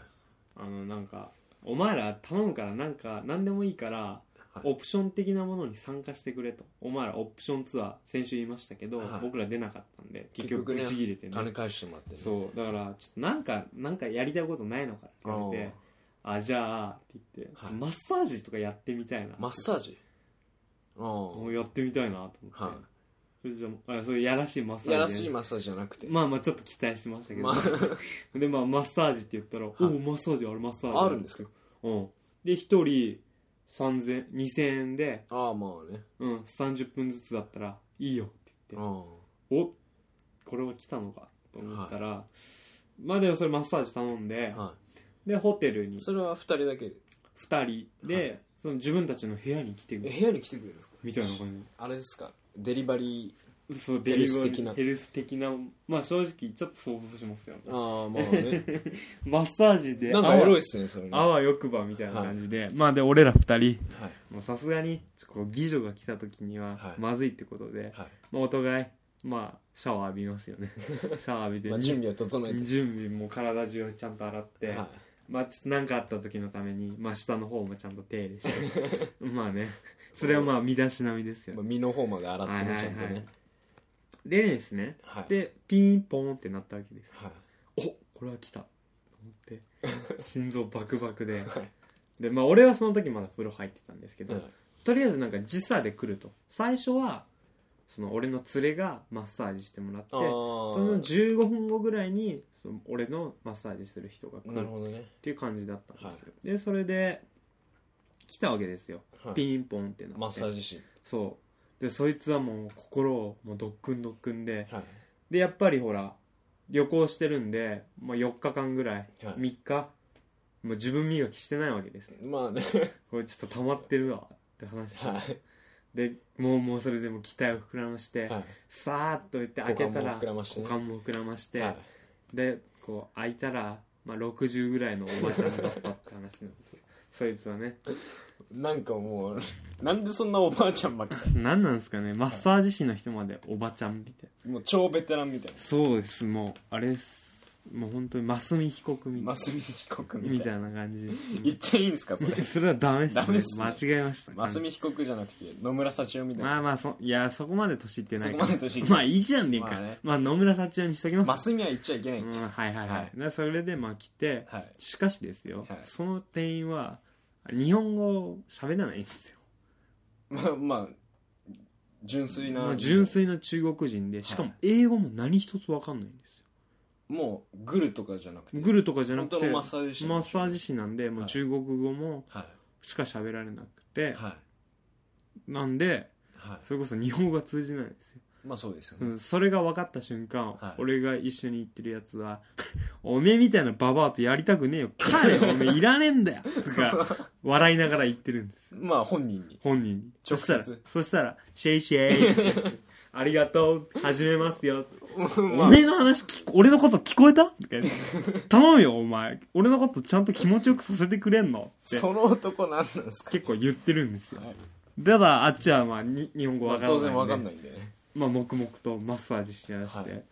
Speaker 1: あのなんかお前ら頼むからなんか何でもいいから、
Speaker 2: はい
Speaker 1: オプション的なものに参加してくれとお前らオプションツアー先週言いましたけど、
Speaker 2: はい
Speaker 1: 僕ら出なかったんで結
Speaker 2: 結
Speaker 1: 局
Speaker 2: 局ね
Speaker 1: ブチ切れて
Speaker 2: い
Speaker 1: ね
Speaker 2: 金返してもらってね
Speaker 1: そうだからちょっとなんかなんかやりたいことないのかって言われてあじゃあって言って、
Speaker 2: はい
Speaker 1: マッサージとかやってみたいな
Speaker 2: マッサージあ
Speaker 1: も
Speaker 2: あ
Speaker 1: うやってみたいなと思って、
Speaker 2: は
Speaker 1: それじゃあそういうやらしいマッサー
Speaker 2: い
Speaker 1: ジ
Speaker 2: やらしいマッサージじゃなくて
Speaker 1: まあまあちょっと期待してましたけど、
Speaker 2: ま
Speaker 1: でまあマッサージって言ったら「おおマッサージあるマッサージ
Speaker 2: あるんですか
Speaker 1: うんで1人3000 2000円で、
Speaker 2: ああまあね
Speaker 1: うん、30分ずつだったらいいよって言って
Speaker 2: あ
Speaker 1: おこれは来たのかと思ったら、まあでもそれマッサージ頼んで、
Speaker 2: あは
Speaker 1: でホテルに
Speaker 2: いそれは2人だけ
Speaker 1: 2人で、
Speaker 2: は
Speaker 1: その自分たちの部屋に来て
Speaker 2: え
Speaker 1: み
Speaker 2: 部屋に来てくれるんですか
Speaker 1: みたいな感
Speaker 2: あれですかデリバリ
Speaker 1: じそう
Speaker 2: ヘルス的な
Speaker 1: デリバリーヘルス的なまあ正直ちょっと想像しますよね
Speaker 2: ーああまあね
Speaker 1: マッサージで
Speaker 2: なんかエロい
Speaker 1: あ
Speaker 2: っすねそれね
Speaker 1: わあ
Speaker 2: は
Speaker 1: わよくばみたいな感じで、まあで俺ら2人
Speaker 2: い
Speaker 1: もうさすがにちょこう美女が来た時には
Speaker 2: はい
Speaker 1: まずいってことで、
Speaker 2: はい
Speaker 1: まあ、お互いまあシャワー浴びます よねシャワー浴びて、
Speaker 2: まあ準備は整えて
Speaker 1: 準備も体中ちゃんと洗って、
Speaker 2: はい
Speaker 1: まあちょっと何かあった時のために、まあ、下の方もちゃんと手入れして まあねそれはまあ身だしなみですよ、
Speaker 2: まあ身の方まで洗ってねちゃんと
Speaker 1: はいはいは
Speaker 2: ね
Speaker 1: いでですね
Speaker 2: はい
Speaker 1: でピンポーンってなったわけです
Speaker 2: はい
Speaker 1: おこれは来 たと思って心臓バクバクで
Speaker 2: はい
Speaker 1: でまあ俺はその時まだ風呂入ってたんですけど、
Speaker 2: はい
Speaker 1: とりあえずなんか時差で来ると最初はその俺の連れがマッサージしてもらって
Speaker 2: あー
Speaker 1: その15分後ぐらいにその俺のマッサージする人が来
Speaker 2: な
Speaker 1: る
Speaker 2: るほどね
Speaker 1: っていう感じだったんですよ、でそれで来たわけですよ、
Speaker 2: はい
Speaker 1: ピンポンってなって
Speaker 2: マッサージ師
Speaker 1: そうでそいつはもう心をもうドックンドックンで
Speaker 2: はい
Speaker 1: でやっぱりほら旅行してるんで、まあ、4日間ぐらい、
Speaker 2: はい
Speaker 1: 3日もう自分磨きしてないわけです
Speaker 2: まあね
Speaker 1: これちょっと溜まってるわって話して、
Speaker 2: はい
Speaker 1: でもうもうそれでもう期待を膨らまして、
Speaker 2: はい
Speaker 1: さーっと言って開けたら
Speaker 2: 股間も膨らましてね
Speaker 1: 股間も膨らまして、
Speaker 2: はい
Speaker 1: でこう開いたら、まあ、60ぐらいのおばちゃんだったって話なんですよ そいつはね
Speaker 2: なんかもう なんでそんなおばあちゃんばっか
Speaker 1: 何なんですかねマッサージ師の人までおばちゃんみたいな
Speaker 2: りもう超ベテランみたいな
Speaker 1: そうですもうあれですもう本当にマスミ被告みたい
Speaker 2: マスミ被告
Speaker 1: み
Speaker 2: み
Speaker 1: た
Speaker 2: たいな
Speaker 1: な
Speaker 2: い
Speaker 1: 感じ
Speaker 2: 言っちゃいいんですかそれ
Speaker 1: それはダメっすね
Speaker 2: ダメっすね
Speaker 1: 間違えました
Speaker 2: マスミ被告じゃなくて野村幸男みたい
Speaker 1: まあ
Speaker 2: な
Speaker 1: まあそいやそこまで年いってないから
Speaker 2: そこまで年いって
Speaker 1: まあいいじゃんねんか、
Speaker 2: ま
Speaker 1: ま
Speaker 2: あ
Speaker 1: あ
Speaker 2: ね
Speaker 1: 野村幸男にしときます
Speaker 2: マスミは言っちゃいけない
Speaker 1: うん、はいはいは
Speaker 2: はい
Speaker 1: い、でそれでまあ来て、
Speaker 2: はい
Speaker 1: しかしですよ、
Speaker 2: はい
Speaker 1: その店員は日本語を喋らないんですよ
Speaker 2: まあまあ純粋
Speaker 1: ま
Speaker 2: な
Speaker 1: あ純粋な中国人でしかも英語も何一つ分かんないんですよ、
Speaker 2: もうグルとかじゃなくて
Speaker 1: グルとかじゃなくて
Speaker 2: 本当のマッサージ師
Speaker 1: マッサージ師なんでもう
Speaker 2: はい
Speaker 1: 中国語も
Speaker 2: は
Speaker 1: しか喋られなく
Speaker 2: い
Speaker 1: て、
Speaker 2: はい
Speaker 1: なんで
Speaker 2: は
Speaker 1: それこそ日本語が通じないんですよ、
Speaker 2: いまあそうですよ
Speaker 1: う
Speaker 2: ね
Speaker 1: ん、それが分かった瞬間、
Speaker 2: はい
Speaker 1: 俺が一緒に行ってるやつは 「おめえみたいなババアとやりたくねえよ帰れよおめえいらねえんだよ」とか 笑いながら言ってるんです
Speaker 2: まあ本人に
Speaker 1: 本人に
Speaker 2: 直接
Speaker 1: そしたらそしたら「シェイシェイ」って言 って「ありがとう始めますよ」おめえの話聞こ俺のこと聞こえた?」とか言って「頼むよお前俺のことちゃんと気持ちよくさせてくれんの?」って
Speaker 2: その男何なんですか
Speaker 1: 結構言ってるんですよ
Speaker 2: はい
Speaker 1: ただあっちはまあに日本語
Speaker 2: ま
Speaker 1: わ
Speaker 2: あ
Speaker 1: からない
Speaker 2: 当然わかん
Speaker 1: ない
Speaker 2: ないんでね
Speaker 1: まあ黙々とマッサージしやらして、
Speaker 2: はい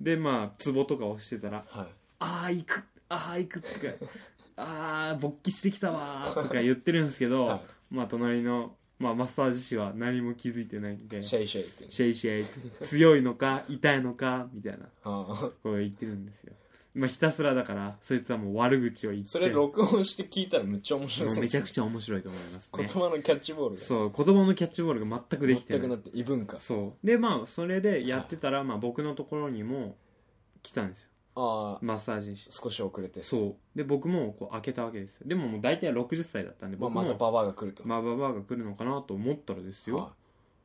Speaker 1: でまあツボとか押してたら
Speaker 2: はい
Speaker 1: 「ああ行くああ行く」とか「ああ勃起してきたわ」とか言ってるんですけど、
Speaker 2: は
Speaker 1: まあ隣の、まあ、マッサージ師は何も気づいてないんで
Speaker 2: シェイシェイってね
Speaker 1: シェイシェイって強いのか痛いのかみたいな
Speaker 2: ああ
Speaker 1: こう言ってるんですよ、まあ、ひたすらだからそいつはもう悪口を言って
Speaker 2: それ
Speaker 1: も
Speaker 2: 録音して聞いたらめっちゃ面白
Speaker 1: う
Speaker 2: そう
Speaker 1: め
Speaker 2: で
Speaker 1: ち
Speaker 2: す
Speaker 1: ゃ
Speaker 2: ね
Speaker 1: くちゃ面白いと思いますね
Speaker 2: 言葉のキャッチボールが
Speaker 1: そう言葉のキャッチボールが全くできて
Speaker 2: 全
Speaker 1: な
Speaker 2: く
Speaker 1: い
Speaker 2: なって異文化
Speaker 1: そうでまあそれでやってたら、まあ、僕のところにも来たんですよ
Speaker 2: ああ
Speaker 1: マッサージ師
Speaker 2: 少し遅れて
Speaker 1: そうで僕もこう開けたわけですよでももう大体60歳だったんで
Speaker 2: まあ、
Speaker 1: 僕も、
Speaker 2: ま
Speaker 1: ま
Speaker 2: たババアが来ると、
Speaker 1: あ、ババアが来るのかなと思ったらですよ、
Speaker 2: は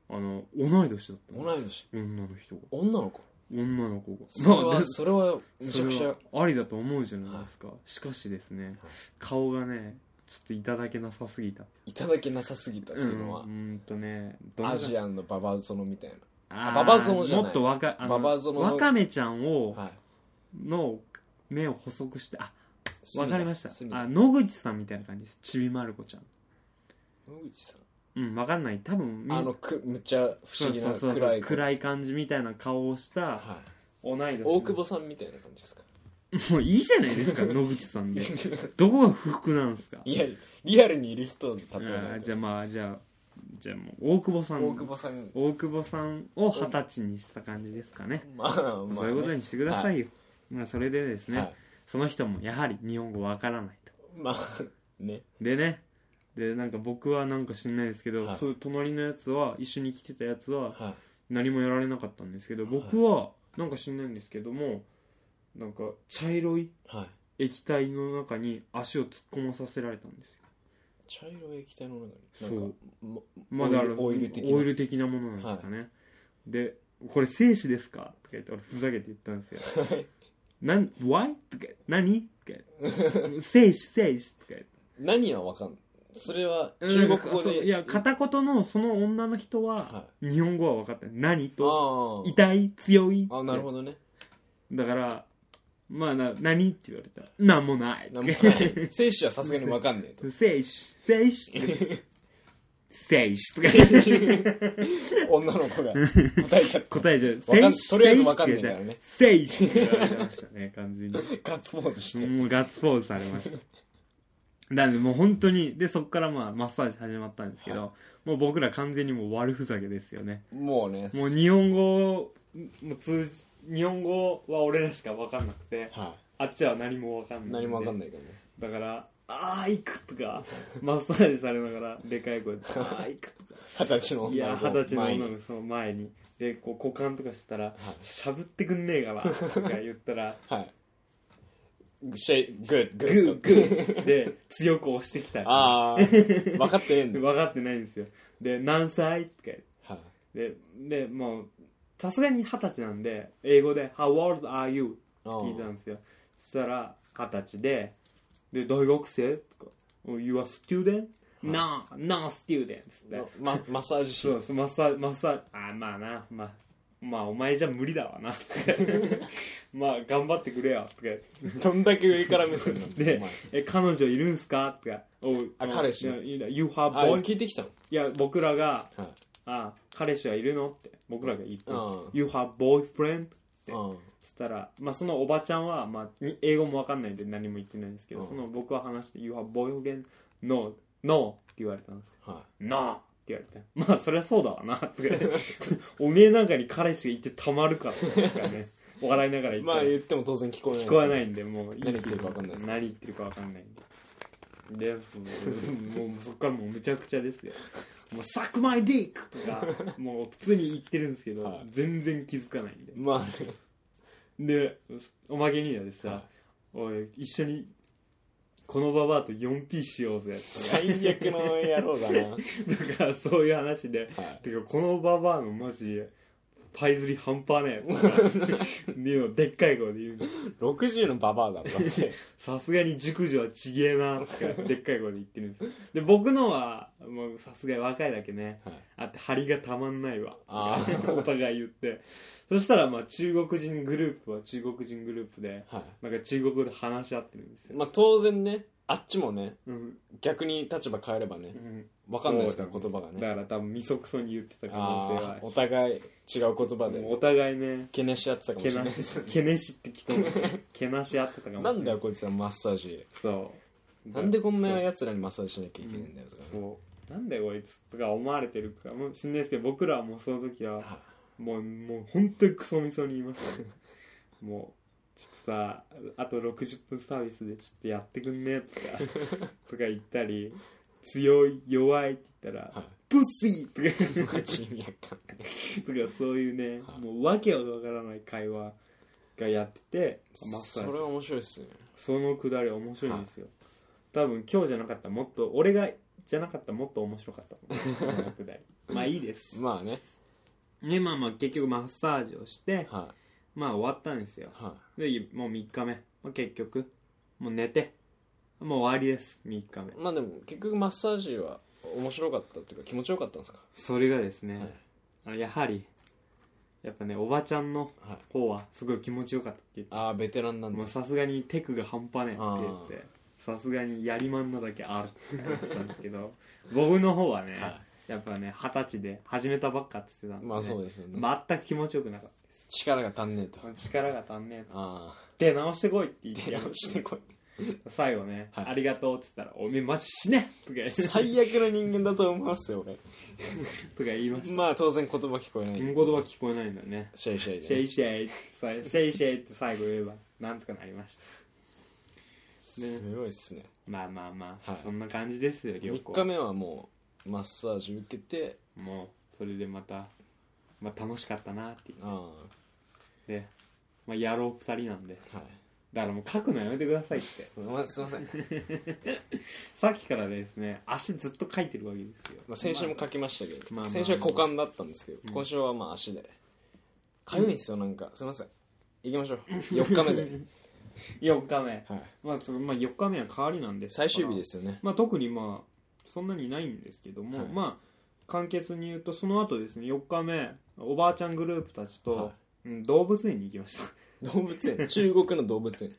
Speaker 1: あの同い年だった
Speaker 2: い
Speaker 1: んです
Speaker 2: 同い年
Speaker 1: 女の人が
Speaker 2: 女の子
Speaker 1: 女の子が
Speaker 2: それ
Speaker 1: まあ
Speaker 2: は
Speaker 1: で
Speaker 2: それはめち
Speaker 1: そ
Speaker 2: ゃく
Speaker 1: れ
Speaker 2: ちゃ
Speaker 1: はありだと思うじゃないですか、しかしですね顔がねちょっといただけなさすぎた
Speaker 2: いただけなさすぎたって
Speaker 1: う
Speaker 2: い
Speaker 1: ん
Speaker 2: うのは
Speaker 1: う、ーんとね
Speaker 2: アジ
Speaker 1: ア
Speaker 2: アンのババゾノみたいな
Speaker 1: あー
Speaker 2: ババゾノじゃない
Speaker 1: もっと若あの
Speaker 2: ババゾノの
Speaker 1: わかめちゃんを、
Speaker 2: はい
Speaker 1: の目を細くしてあわ
Speaker 2: 隅田
Speaker 1: かりました
Speaker 2: 隅田
Speaker 1: あ野口さんみたいな感じですちびまる子ちゃん
Speaker 2: 野口さん
Speaker 1: うんわかんない多分み
Speaker 2: あのくむっちゃ不思議な
Speaker 1: そうそうそう
Speaker 2: 暗い子
Speaker 1: 暗い感じみたいな顔をした
Speaker 2: は
Speaker 1: 同い年
Speaker 2: い
Speaker 1: の
Speaker 2: 大久保さんみたいな感じですか
Speaker 1: もういいじゃないです か野口さんでどこが不服なんですか
Speaker 2: リアルリアルにいる人の例
Speaker 1: あ
Speaker 2: えない
Speaker 1: ー
Speaker 2: と
Speaker 1: じゃあまあじゃあじゃあもう大久保さん
Speaker 2: 大久保さん
Speaker 1: 大久保さんを二十歳にした感じですかね、
Speaker 2: まあまあね
Speaker 1: そういうことにしてくださいよ、まあそれでですね、
Speaker 2: はい
Speaker 1: その人もやはり日本語わからないと
Speaker 2: まあね
Speaker 1: でねでなんか僕はなんか知んないですけど、
Speaker 2: はい
Speaker 1: そういう隣のやつは一緒に来てたやつは
Speaker 2: はい
Speaker 1: 何もやられなかったんですけど僕はなんか知んないんですけどもなんか茶色い
Speaker 2: はい
Speaker 1: 液体の中に足を突っ込まさせられたんですよ
Speaker 2: 茶色い液体の中に
Speaker 1: そう
Speaker 2: なんかも
Speaker 1: まだあの
Speaker 2: オイル的な
Speaker 1: オイル的なものなんですかね、で「これ精子ですか?」とか言って俺ふざけて言ったんですよ「なん why?」とか「何?」とか「精子精子」とか言って
Speaker 2: 何はわかんないそれは中国語
Speaker 1: そう
Speaker 2: で
Speaker 1: いや片言のその女の人は
Speaker 2: は
Speaker 1: 日本語は分かってない何
Speaker 2: い
Speaker 1: と
Speaker 2: あー
Speaker 1: 痛い強い
Speaker 2: あなるほどね
Speaker 1: だからまあな何って言われたら何もない
Speaker 2: なん もない精子はさすがにわかんねえと
Speaker 1: 精子精子 精子とか言って
Speaker 2: 女の子が答えちゃった
Speaker 1: 答えじゃ
Speaker 2: わか
Speaker 1: 選
Speaker 2: ん
Speaker 1: 手
Speaker 2: とりあえずわかんないからね
Speaker 1: 選手って言われてましたね完全
Speaker 2: ガッツポーズして
Speaker 1: に もうガッツポーズされましたなんでもう本当にでそこからまあマッサージ始まったんですけど、
Speaker 2: は
Speaker 1: もう僕ら完全にもう悪ふざけですよね
Speaker 2: もうね
Speaker 1: もう日本語もう通じ日本語は俺らしか分かんなくて
Speaker 2: は
Speaker 1: あっちは何も分かんない
Speaker 2: い何もわかん
Speaker 1: ない
Speaker 2: ないからね
Speaker 1: だから「あー行く」とかマッサージされながらでかい声で「あー行く」とか
Speaker 2: 二十歳の
Speaker 1: い
Speaker 2: 女
Speaker 1: や
Speaker 2: の子
Speaker 1: 二十歳の
Speaker 2: 前に
Speaker 1: 女の子その前にでこう股間とかしたら「しゃぶってくんねえかな」とか言った ら
Speaker 2: はいシェイグ
Speaker 1: 「
Speaker 2: ッ
Speaker 1: グ
Speaker 2: グッと
Speaker 1: ーグー」で強く押してきたり
Speaker 2: ああ分かってねえ ん
Speaker 1: で
Speaker 2: だ
Speaker 1: 分かってないんですよで「何歳?」とか言って
Speaker 2: はい
Speaker 1: ででもうさすがに二十歳なんで英語で「How old are you?」
Speaker 2: あ
Speaker 1: 聞いた
Speaker 2: ー
Speaker 1: んですよそしたら二十歳で「で大学生?」とか「Oh, You are student?」「No, no students」って
Speaker 2: のまマッサージ師
Speaker 1: そうそうマッサージマッサージあまあなまあまあお前じゃ無理だわ なまあ頑張ってくれよとか言って
Speaker 2: どんだけ上から目線なんだお
Speaker 1: で
Speaker 2: 前
Speaker 1: 「え彼女いるんすか?」とか「お
Speaker 2: あ彼
Speaker 1: い
Speaker 2: 氏
Speaker 1: やいや You have
Speaker 2: あ
Speaker 1: boy?
Speaker 2: 聞いてきたの
Speaker 1: いや僕らが
Speaker 2: はい
Speaker 1: 「あ彼氏はいるの?」って僕らが言って
Speaker 2: うん
Speaker 1: 「You have boyfriend?」って
Speaker 2: うん
Speaker 1: そしたら、まあ、そのおばちゃんは、まあ、に英語もわかんないんで何も言ってないんですけど、
Speaker 2: うん
Speaker 1: その僕は話して「You have boyfriend?」「No」「No」って言われたんです
Speaker 2: は
Speaker 1: なあって言われて。まあ、そりゃそうだわな。とか言って おめえなんかに彼氏がいてたまるか。とかね。笑いながら
Speaker 2: い
Speaker 1: 言った
Speaker 2: ま
Speaker 1: ら、
Speaker 2: あ言っても当然聞こえない
Speaker 1: 聞こえないいんで、もういい
Speaker 2: 何言ってるかわかんないです
Speaker 1: 何言ってるかわかんないんで。で、そう もうそっからもうむちゃくちゃですよ。もう、サクマイディックとか、もう普通に言ってるんですけど、
Speaker 2: はい
Speaker 1: 全然気づかないんで。
Speaker 2: ま あね
Speaker 1: で、おまけにはです
Speaker 2: はい
Speaker 1: さ、おい、一緒に、このババアと 4P しよう ぜ。
Speaker 2: 最悪の野郎だな
Speaker 1: だからそういう話で、
Speaker 2: はい
Speaker 1: てかこのババアのマジパイズリ半端ねえ とかっていうのをでっかい声で言うの
Speaker 2: 60のババアだろだって
Speaker 1: さすがに熟女はちげえなとかでっかい声で言ってるんですよで僕のはもうさすがに若いだけね
Speaker 2: はい
Speaker 1: あって張りがたまんないわとか
Speaker 2: あー
Speaker 1: お互い言ってそしたらまあ中国人グループは中国人グループで
Speaker 2: は
Speaker 1: なんか中国語で話し合ってるんです
Speaker 2: い
Speaker 1: よ
Speaker 2: まあ当然ねあっちもね
Speaker 1: うん、
Speaker 2: 逆に立場変えればね
Speaker 1: うん、
Speaker 2: 分かんないですから
Speaker 1: そうだ
Speaker 2: 言葉
Speaker 1: だ
Speaker 2: がね
Speaker 1: から多分みそくそに言ってた可能性
Speaker 2: あ
Speaker 1: は
Speaker 2: ーお互い違う言葉
Speaker 1: も
Speaker 2: で
Speaker 1: うお互いね
Speaker 2: けねし合ってたかも
Speaker 1: け
Speaker 2: しれ
Speaker 1: な
Speaker 2: ないです
Speaker 1: しけねしって聞こえましたけなし合ってたかもし
Speaker 2: な
Speaker 1: れない
Speaker 2: んだよこいつはマッサージ
Speaker 1: そう
Speaker 2: なんでこんな
Speaker 1: そう
Speaker 2: やつらにマッサージしなきゃいけないんだよとかね
Speaker 1: そうなんだよこいつとか思われてるかもしんないですけど僕らはもうその時は
Speaker 2: あ
Speaker 1: もうもう本当にクソみそに言いましたね もうちょっとさあと60分サービスでちょっとやってくんねとかとか 言ったり強い弱いって言ったら、
Speaker 2: はい
Speaker 1: プッシーとか
Speaker 2: マジ意味わかんない
Speaker 1: とかそういうね、
Speaker 2: はい
Speaker 1: もう訳わからない会話がやっててマッサ
Speaker 2: そ
Speaker 1: ー
Speaker 2: れ
Speaker 1: ジ
Speaker 2: は面白いっすね
Speaker 1: そのくだり面白いんですよ、多分今日じゃなかったらもっと俺がじゃなかったらもっと面白かった このくだりまあいいです
Speaker 2: まあね
Speaker 1: ねまあまあ結局マッサージをして
Speaker 2: は
Speaker 1: まあ終わったんですよ
Speaker 2: いは
Speaker 1: でもう3日目、まあ、結局もう寝てもう終わりです3日目
Speaker 2: いまあでも結局マッサージは面白かったっていうか気持ちよかったんですか
Speaker 1: それがです
Speaker 2: は
Speaker 1: ね
Speaker 2: い、
Speaker 1: あのやはりやっぱねおばちゃんの
Speaker 2: はい
Speaker 1: 方はすごい気持ちよかったって言って
Speaker 2: ああベテランなんだ
Speaker 1: もうさすがにテクが半端ねえって言ってさすがにやりまんなだけあるって言ってたんですけど 僕の方はね、
Speaker 2: は
Speaker 1: やっぱね二十歳で始めたばっかって言ってたんでね、
Speaker 2: まあそうですよね、
Speaker 1: 全く気持ちよくなかっ
Speaker 2: 力が足んねえと
Speaker 1: た力が足んねえっつっ
Speaker 2: あ
Speaker 1: て直してこいって言って
Speaker 2: あ
Speaker 1: やっ
Speaker 2: 直してこ
Speaker 1: 最後ね、
Speaker 2: はい
Speaker 1: ありがとう」って言ったら「おめえマジ死ね!」とか
Speaker 2: い最悪の人間だと思いますよ俺
Speaker 1: とか言いました
Speaker 2: まあ当然言葉聞こえない
Speaker 1: 言葉聞こえないんだよね
Speaker 2: シェイシェイ
Speaker 1: シェ
Speaker 2: で
Speaker 1: イシェイってさシェイシェイって最後言えばなんとかなりました
Speaker 2: すごいっすね
Speaker 1: まあまあまあ、
Speaker 2: はい
Speaker 1: そんな感じですよ旅
Speaker 2: 3
Speaker 1: 行
Speaker 2: 日目はもうマッサージ受けて
Speaker 1: もうそれでまた、まあ、楽しかったなっていう
Speaker 2: あ
Speaker 1: で、まあ、野郎二人なんで
Speaker 2: あは
Speaker 1: だからもう書くのやめてくださいって
Speaker 2: い、まあ、すいません、
Speaker 1: さっきからですね足ずっと書いてるわけですよ、
Speaker 2: まあ、先週も書きましたけど、
Speaker 1: まあまあ
Speaker 2: 先週は股間だったんですけど、
Speaker 1: うん
Speaker 2: 今週はまあ足でかゆいんですよなんかすいません行きましょう4日目 で、
Speaker 1: 4日目
Speaker 2: はい、
Speaker 1: まあ、そのまあ4日目は代わりなんですから
Speaker 2: 最終日ですよね
Speaker 1: まあ、特にまあそんなにないんですけども、
Speaker 2: はい
Speaker 1: まあ簡潔に言うとその後ですね4日目おばあちゃんグループたちと、
Speaker 2: は
Speaker 1: うん動物園に行きました
Speaker 2: 動物 園中国の動物園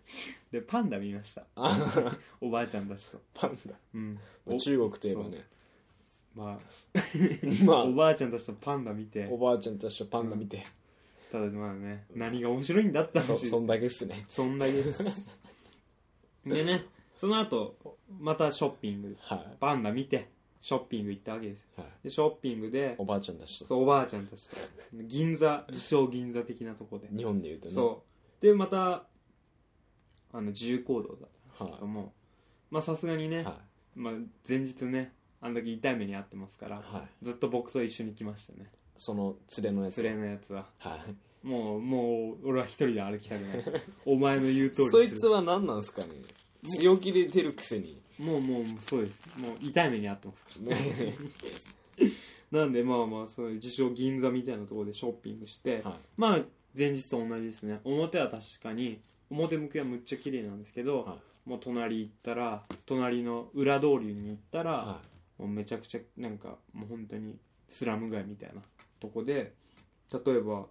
Speaker 1: でパンダ見ました
Speaker 2: ああ
Speaker 1: おばあちゃんたちと、
Speaker 2: パンダ
Speaker 1: うん
Speaker 2: まあ中国といえばね
Speaker 1: ま
Speaker 2: ま
Speaker 1: あ、
Speaker 2: あ
Speaker 1: おばあちゃんたちとパンダ見て
Speaker 2: おばあちゃんたちとパンダ見て、
Speaker 1: ただまあね何が面白いんだって
Speaker 2: そ
Speaker 1: 話
Speaker 2: そんだけっすね
Speaker 1: そんだけです でねその後またショッピング
Speaker 2: は
Speaker 1: パンダ見てショッピング行ったわけですよ
Speaker 2: い、はい、
Speaker 1: でショッピングで
Speaker 2: おばあちゃんたちと
Speaker 1: そうおばあちゃんたちと銀座自称銀座的なとこで
Speaker 2: 日本で言うとね
Speaker 1: そうでまたあの自由行動だったんですけども、まあさすがにね、
Speaker 2: は
Speaker 1: まあ、前日ねあんだけ痛い目に遭ってますか
Speaker 2: い、
Speaker 1: ら
Speaker 2: はい、
Speaker 1: ずっと僕と一緒に来ましたね
Speaker 2: その連れのやつ
Speaker 1: 連れのやつは
Speaker 2: はい
Speaker 1: もうもう俺は一人で歩きたくない お前の言う通り
Speaker 2: そい
Speaker 1: する
Speaker 2: つは何なんすかね強気で出るくせ に
Speaker 1: もうもうそうですもう痛い目に遭ってますからなんでまあまあその自称銀座みたいなところでショッピングして、
Speaker 2: は
Speaker 1: まあ前日と同じですね表は確かに表向きはむっちゃ綺麗なんですけど、
Speaker 2: は
Speaker 1: もう隣行ったら隣の裏通りに行ったら、
Speaker 2: い、は
Speaker 1: もうめちゃくちゃなんかもう本当にスラム街みたいなとこで例えば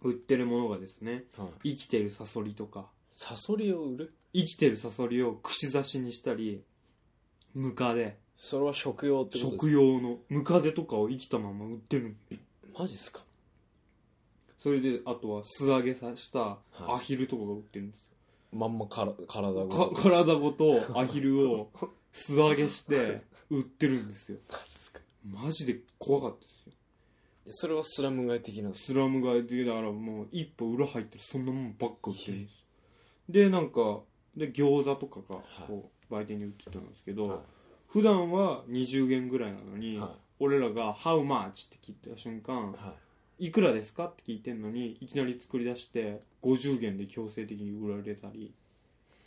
Speaker 1: 売ってるものがですね
Speaker 2: いはい、
Speaker 1: 生きてるサソリとか
Speaker 2: サソリを売る
Speaker 1: 生きてるサソリを串刺しにしたりムカデ
Speaker 2: それは食用ってことですか
Speaker 1: 食用のムカデとかを生きたまま売ってる
Speaker 2: マジっすか
Speaker 1: それであとは素揚げさした
Speaker 2: はい
Speaker 1: アヒルとかが売ってるんですよ
Speaker 2: まんまから体が
Speaker 1: か体ごとアヒルを素揚げして売ってるんですよ
Speaker 2: マジっすか
Speaker 1: マジで怖かったですよ
Speaker 2: それはスラム街的なんです
Speaker 1: スラム街でだからもう一歩裏入ったらそんなもんばっか売ってるんですよでなんかで餃子とかがこう売店に売ってたんですけど、
Speaker 2: はい
Speaker 1: 普段は20元ぐらいなのに、
Speaker 2: はい
Speaker 1: 俺らが「How much?」って聞いた瞬間
Speaker 2: は
Speaker 1: 「
Speaker 2: い
Speaker 1: いくらですか?」って聞いてんのにいきなり作り出して50元で強制的に売られたり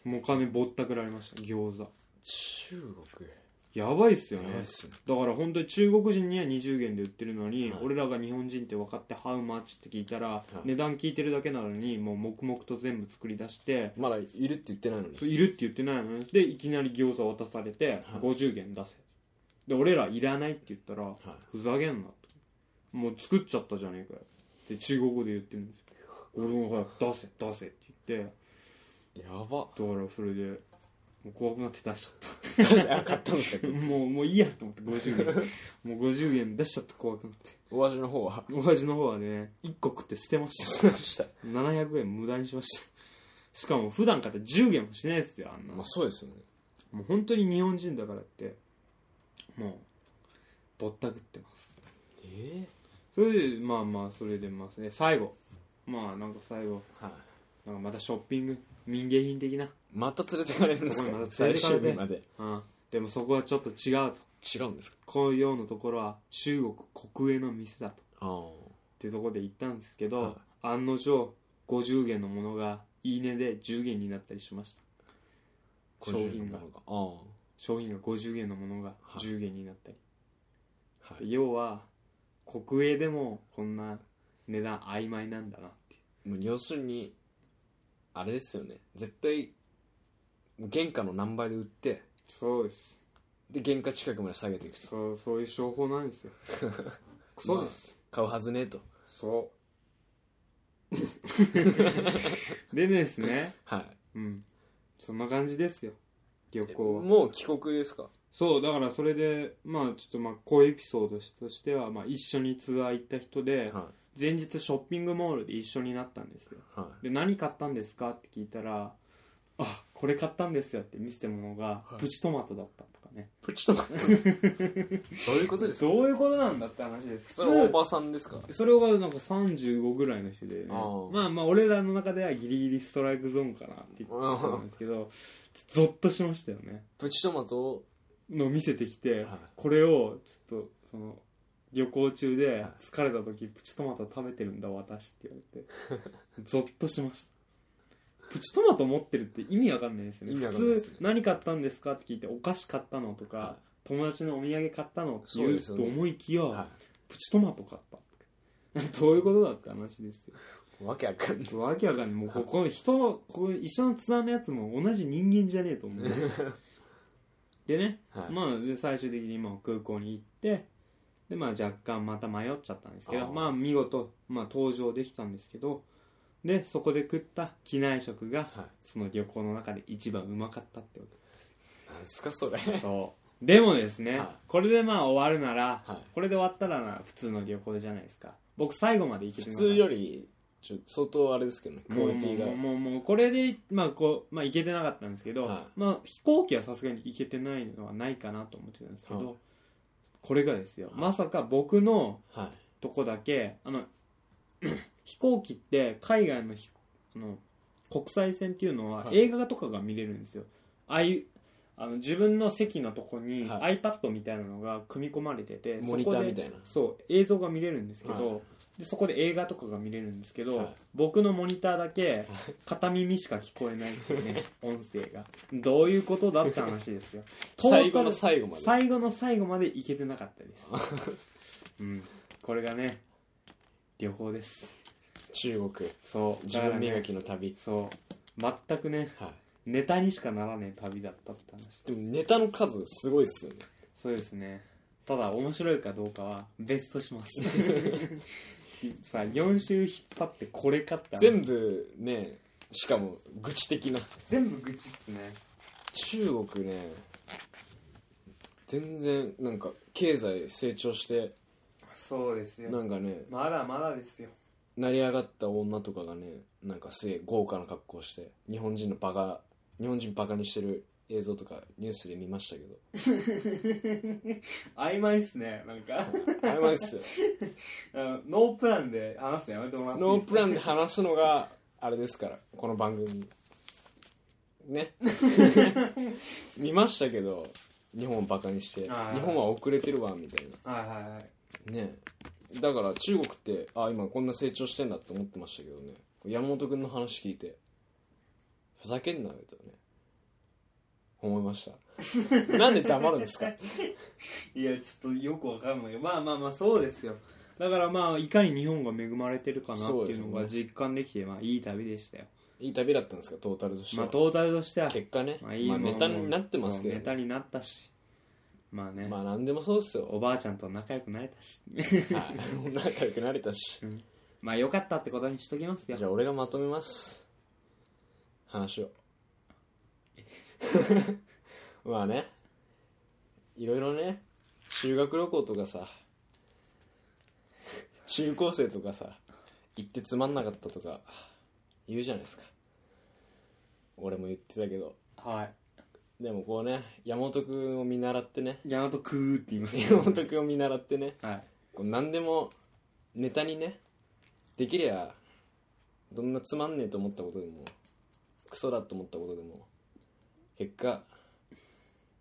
Speaker 1: もう金ぼったくられました餃子
Speaker 2: 中国
Speaker 1: やばいっすよ
Speaker 2: やばい
Speaker 1: ね
Speaker 2: っすね
Speaker 1: だから本当に中国人には20元で売ってるのに、
Speaker 2: はい
Speaker 1: 俺らが日本人って分かって「How much?」って聞いたら、
Speaker 2: い
Speaker 1: 値段聞いてるだけなのにもう黙々と全部作り出して
Speaker 2: まだいるって言ってないのに
Speaker 1: そういるって言ってないのにでいきなり餃子渡されて、50元出せで俺らいらないって言ったら、
Speaker 2: はい
Speaker 1: ふざけんなともう作っちゃったじゃねえかよって中国語で言ってるんですよ俺も早く出せ出せって言って
Speaker 2: やば
Speaker 1: だからそれでもう怖くなって出しち
Speaker 2: あ買ったんです
Speaker 1: ゃった
Speaker 2: か
Speaker 1: もうもういいやと思って50円もう50円出しちゃって怖くなって
Speaker 2: お味の方は
Speaker 1: お味の方はね1個食って捨てまし
Speaker 2: そう
Speaker 1: た
Speaker 2: でした
Speaker 1: 700円無駄にしましたしかも普段買って10円もしないですよあんな
Speaker 2: まあそうですよね
Speaker 1: もう本当に日本人だからってもうぼったくってます
Speaker 2: え
Speaker 1: それでまあまあそれでまあね最後まあなんか最後
Speaker 2: えはい
Speaker 1: なんかまたショッピング民芸品的な
Speaker 2: また連れてかれるんですか
Speaker 1: また連れ
Speaker 2: 最
Speaker 1: てかれ
Speaker 2: 終
Speaker 1: て
Speaker 2: 日まで
Speaker 1: うんでもそこはちょっと違うと
Speaker 2: 違うんですか
Speaker 1: こういうようなところは中国国営の店だとっ
Speaker 2: ああ
Speaker 1: ていうところで行ったんですけど、
Speaker 2: はい
Speaker 1: 案の定50元のものがいいねで10元になったりしました商品が
Speaker 2: ああ
Speaker 1: 商品が50元のものが
Speaker 2: はい
Speaker 1: 10元になったり、
Speaker 2: は
Speaker 1: で
Speaker 2: い
Speaker 1: 要は国営でもこんな値段曖昧なんだなっていう
Speaker 2: もう要するにあれですよね絶対原価の何倍で売って
Speaker 1: そうです
Speaker 2: で原価近くまで下げていくと
Speaker 1: そうそういう商法なんです よクソです、
Speaker 2: 買うはずねえと
Speaker 1: そう でですね
Speaker 2: はい
Speaker 1: うんそんな感じですよ旅行は
Speaker 2: もう帰国ですか
Speaker 1: そうだからそれでまあちょっとまあこういうエピソードとしては、まあ、一緒にツアー行った人で
Speaker 2: は
Speaker 1: 前日ショッピングモールで一緒になったんですよ
Speaker 2: いは
Speaker 1: で何買ったんですかって聞いたら「あこれ買ったんですよ」って見せたものが
Speaker 2: はい
Speaker 1: プチトマトだったとかね、
Speaker 2: いプチとか どういうことですか
Speaker 1: どういうことなんだって話です
Speaker 2: それはおばさんですか
Speaker 1: それがなんか35ぐらいの人でね
Speaker 2: あー
Speaker 1: まあまあ俺らの中ではギリギリストライクゾーンかなって言ってたんですけどゾッとしましたよね
Speaker 2: プチトマトを
Speaker 1: の見せてきて、
Speaker 2: はい
Speaker 1: これをちょっとその旅行中で
Speaker 2: はい
Speaker 1: 疲れた時プチトマト食べてるんだ私って言われてゾッとしましたプチトマト持ってるって意味わかんないですよね
Speaker 2: 意味わ
Speaker 1: 普
Speaker 2: かんないですね
Speaker 1: 通何買ったんですかって聞いてお菓子買ったのとか、
Speaker 2: は
Speaker 1: 友達のお土産買ったのって
Speaker 2: そう
Speaker 1: 言う
Speaker 2: です
Speaker 1: と
Speaker 2: よね
Speaker 1: 思いきや、
Speaker 2: いは
Speaker 1: プチトマト買ったどういうことだって話ですよ
Speaker 2: いわけわかん ない
Speaker 1: わけわかんないもうここ人ここ一緒のツアーのやつも同じ人間じゃねえと思うでね
Speaker 2: はい
Speaker 1: まあ、で最終的にまあ空港に行ってで、まあ、若干また迷っちゃったんですけど
Speaker 2: あー
Speaker 1: まあ見事、まあ、登場できたんですけどでそこで食った機内食が
Speaker 2: は
Speaker 1: その旅行の中で一番うまかったってこ
Speaker 2: いなんすかそれ
Speaker 1: とそうでもですね、
Speaker 2: はい
Speaker 1: これでまあ終わるなら、
Speaker 2: はい
Speaker 1: これで終わったらな普通の旅行じゃないですか僕最後まで行け
Speaker 2: 普
Speaker 1: てなかった
Speaker 2: 通よりちょ相当あれですけどねク
Speaker 1: も
Speaker 2: オ
Speaker 1: う
Speaker 2: リテ
Speaker 1: も
Speaker 2: ィ
Speaker 1: う
Speaker 2: が
Speaker 1: もうもうこれでまあこうまあ行けてなかったんですけど、
Speaker 2: はい
Speaker 1: まあ飛行機はさすがに行けてないのはないかなと思ってたんですけど、
Speaker 2: はい
Speaker 1: これがですよ、
Speaker 2: はい
Speaker 1: まさか僕の
Speaker 2: はい
Speaker 1: とこだけあの 飛行機って海外の飛あの国際線っていうのは
Speaker 2: はい
Speaker 1: 映画とかが見れるんですよ、ああいうあの自分の席のとこに
Speaker 2: は
Speaker 1: iPad みたいなのが組み込まれてて、
Speaker 2: モニター
Speaker 1: そこで
Speaker 2: みたいな
Speaker 1: そう映像が見れるんですけど、
Speaker 2: は
Speaker 1: でそこで映画とかが見れるんですけど、
Speaker 2: はい
Speaker 1: 僕のモニターだけ片耳しか聞こえないっていう ね音声がどういうことだって話ですよトータル
Speaker 2: 最後の最後まで
Speaker 1: 最後の最後まで行けてなかったです うんこれがね旅行です
Speaker 2: 中国
Speaker 1: そう
Speaker 2: 自分
Speaker 1: だから
Speaker 2: 磨
Speaker 1: ね
Speaker 2: きの旅
Speaker 1: そう全くね
Speaker 2: は
Speaker 1: ネタにしかならねえ旅だったって話
Speaker 2: いでもネタの数すごいっすよね
Speaker 1: そうですねただ面白いかどうかは別とし ますさあ4週引っ張ってこれかって話
Speaker 2: 全部ねしかも愚痴的な
Speaker 1: 全部愚痴っすね
Speaker 2: 中国ね全然なんか経済成長して
Speaker 1: そうですよ
Speaker 2: なんかね
Speaker 1: まだまだですよ
Speaker 2: 成り上がった女とかがねなんかすげえ豪華な格好して日本人のバカ日本人バカにしてる映像とかニュースで見ました けど
Speaker 1: 曖昧っすねなんか
Speaker 2: 曖昧っすよ
Speaker 1: あの ノープランで話すのやめてもらっていい
Speaker 2: ノ
Speaker 1: で
Speaker 2: ー
Speaker 1: す
Speaker 2: プランで話すのがあれですからこの番組ね 見ましたけど日本をバカにして日
Speaker 1: はい
Speaker 2: 本は遅れてるわみたい
Speaker 1: はいはいはい
Speaker 2: なねだから中国ってあ今こんな成長してんだって思ってましたけどね山本君の話聞いてふざけんなよとね思いました なんで黙るんですか
Speaker 1: いやちょっとよくわかんないまあまあまあそうですよだからまあいかに日本が恵まれてるかなっていうの
Speaker 2: そう
Speaker 1: が
Speaker 2: です
Speaker 1: 実感できて、まあいい旅でしたよ
Speaker 2: いい旅だったんですかトータルとして
Speaker 1: まあ
Speaker 2: は、
Speaker 1: トータルとしては
Speaker 2: 結果ね、
Speaker 1: まあいい
Speaker 2: まあ
Speaker 1: もの
Speaker 2: ネタになってますけど
Speaker 1: そう
Speaker 2: ね、
Speaker 1: ネタになったしまあね、
Speaker 2: まあ何でもそうですよ
Speaker 1: おばあちゃんと仲良くなれたし
Speaker 2: はい、もう仲良くなれたし
Speaker 1: まあよかったってことにしときますよ
Speaker 2: じゃあ俺がまとめます話を まあねいろいろね修学旅行とかさ中高生とかさ行ってつまんなかったとか言うじゃないですか俺も言ってたけど
Speaker 1: はい
Speaker 2: でもこうね山本君を見習ってね
Speaker 1: ヤマトクーって言いま
Speaker 2: 山本君を見習ってね
Speaker 1: はい
Speaker 2: こう何でもネタにねできりゃどんなつまんねえと思ったことでもクソだと思ったことでも結果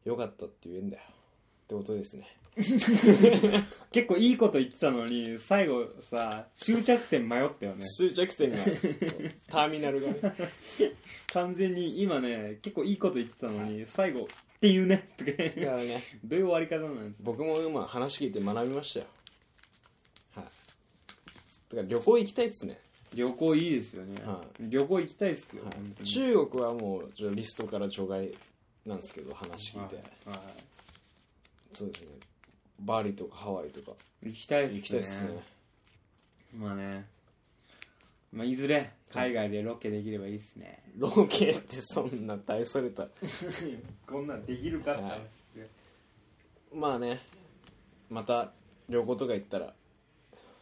Speaker 2: 良かったって言えんだよってことですね
Speaker 1: 結構いいこと言ってたのに最後さ終着点迷ったよね
Speaker 2: 終着点が ターミナルがね
Speaker 1: 完全に今ね結構いいこと言ってたのに、最後っていうね とか
Speaker 2: だからね
Speaker 1: どういう終わり方なんですか
Speaker 2: 僕も今話聞いて学びましたよはいだから旅行行きたいっすね、
Speaker 1: 旅行いいですよね、
Speaker 2: は
Speaker 1: 旅行行きたいっすよ、
Speaker 2: は
Speaker 1: 本当
Speaker 2: い、
Speaker 1: に
Speaker 2: 中国はもうちょリストから除外なんですけど話聞いて、
Speaker 1: はいは
Speaker 2: そうですねバリとかハワイとか
Speaker 1: い行きたいっすね
Speaker 2: 行きたいっすね
Speaker 1: まあねまあいずれ海外でロケできればいいっすね、
Speaker 2: ロケってそんな大それた
Speaker 1: こんなんできるかって話ですね、
Speaker 2: まあねまた旅行とか行ったら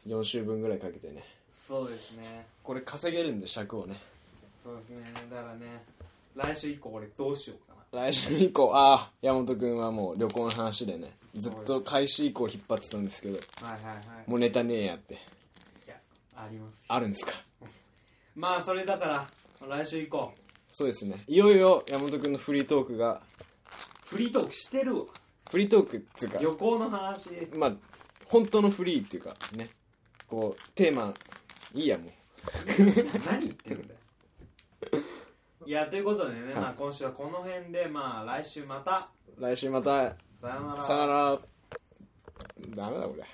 Speaker 2: 4週分ぐらいかけてね
Speaker 1: そうですね
Speaker 2: これ稼げるんで尺をね
Speaker 1: そうですねだからね来週以降俺どうしようかな
Speaker 2: 来週以降ああ山本君はもう旅行の話でねずっと開始以降引っ張ってたんですけど
Speaker 1: はいはいはい
Speaker 2: もうネタねえやって
Speaker 1: いやあります
Speaker 2: あるんですか
Speaker 1: まあそれだから来週以降
Speaker 2: そうですねいよいよ山本君のフリートークが
Speaker 1: フリートークしてるわ
Speaker 2: フリートークっつうか
Speaker 1: 旅行の 話
Speaker 2: まあ本当のフリーっていうかねこうテーマいいやもう
Speaker 1: 何言って んだよいやということでね、
Speaker 2: い
Speaker 1: まあ、今週はこの辺でまあ来週また
Speaker 2: 来週また
Speaker 1: さよなら
Speaker 2: さよならダメだこれ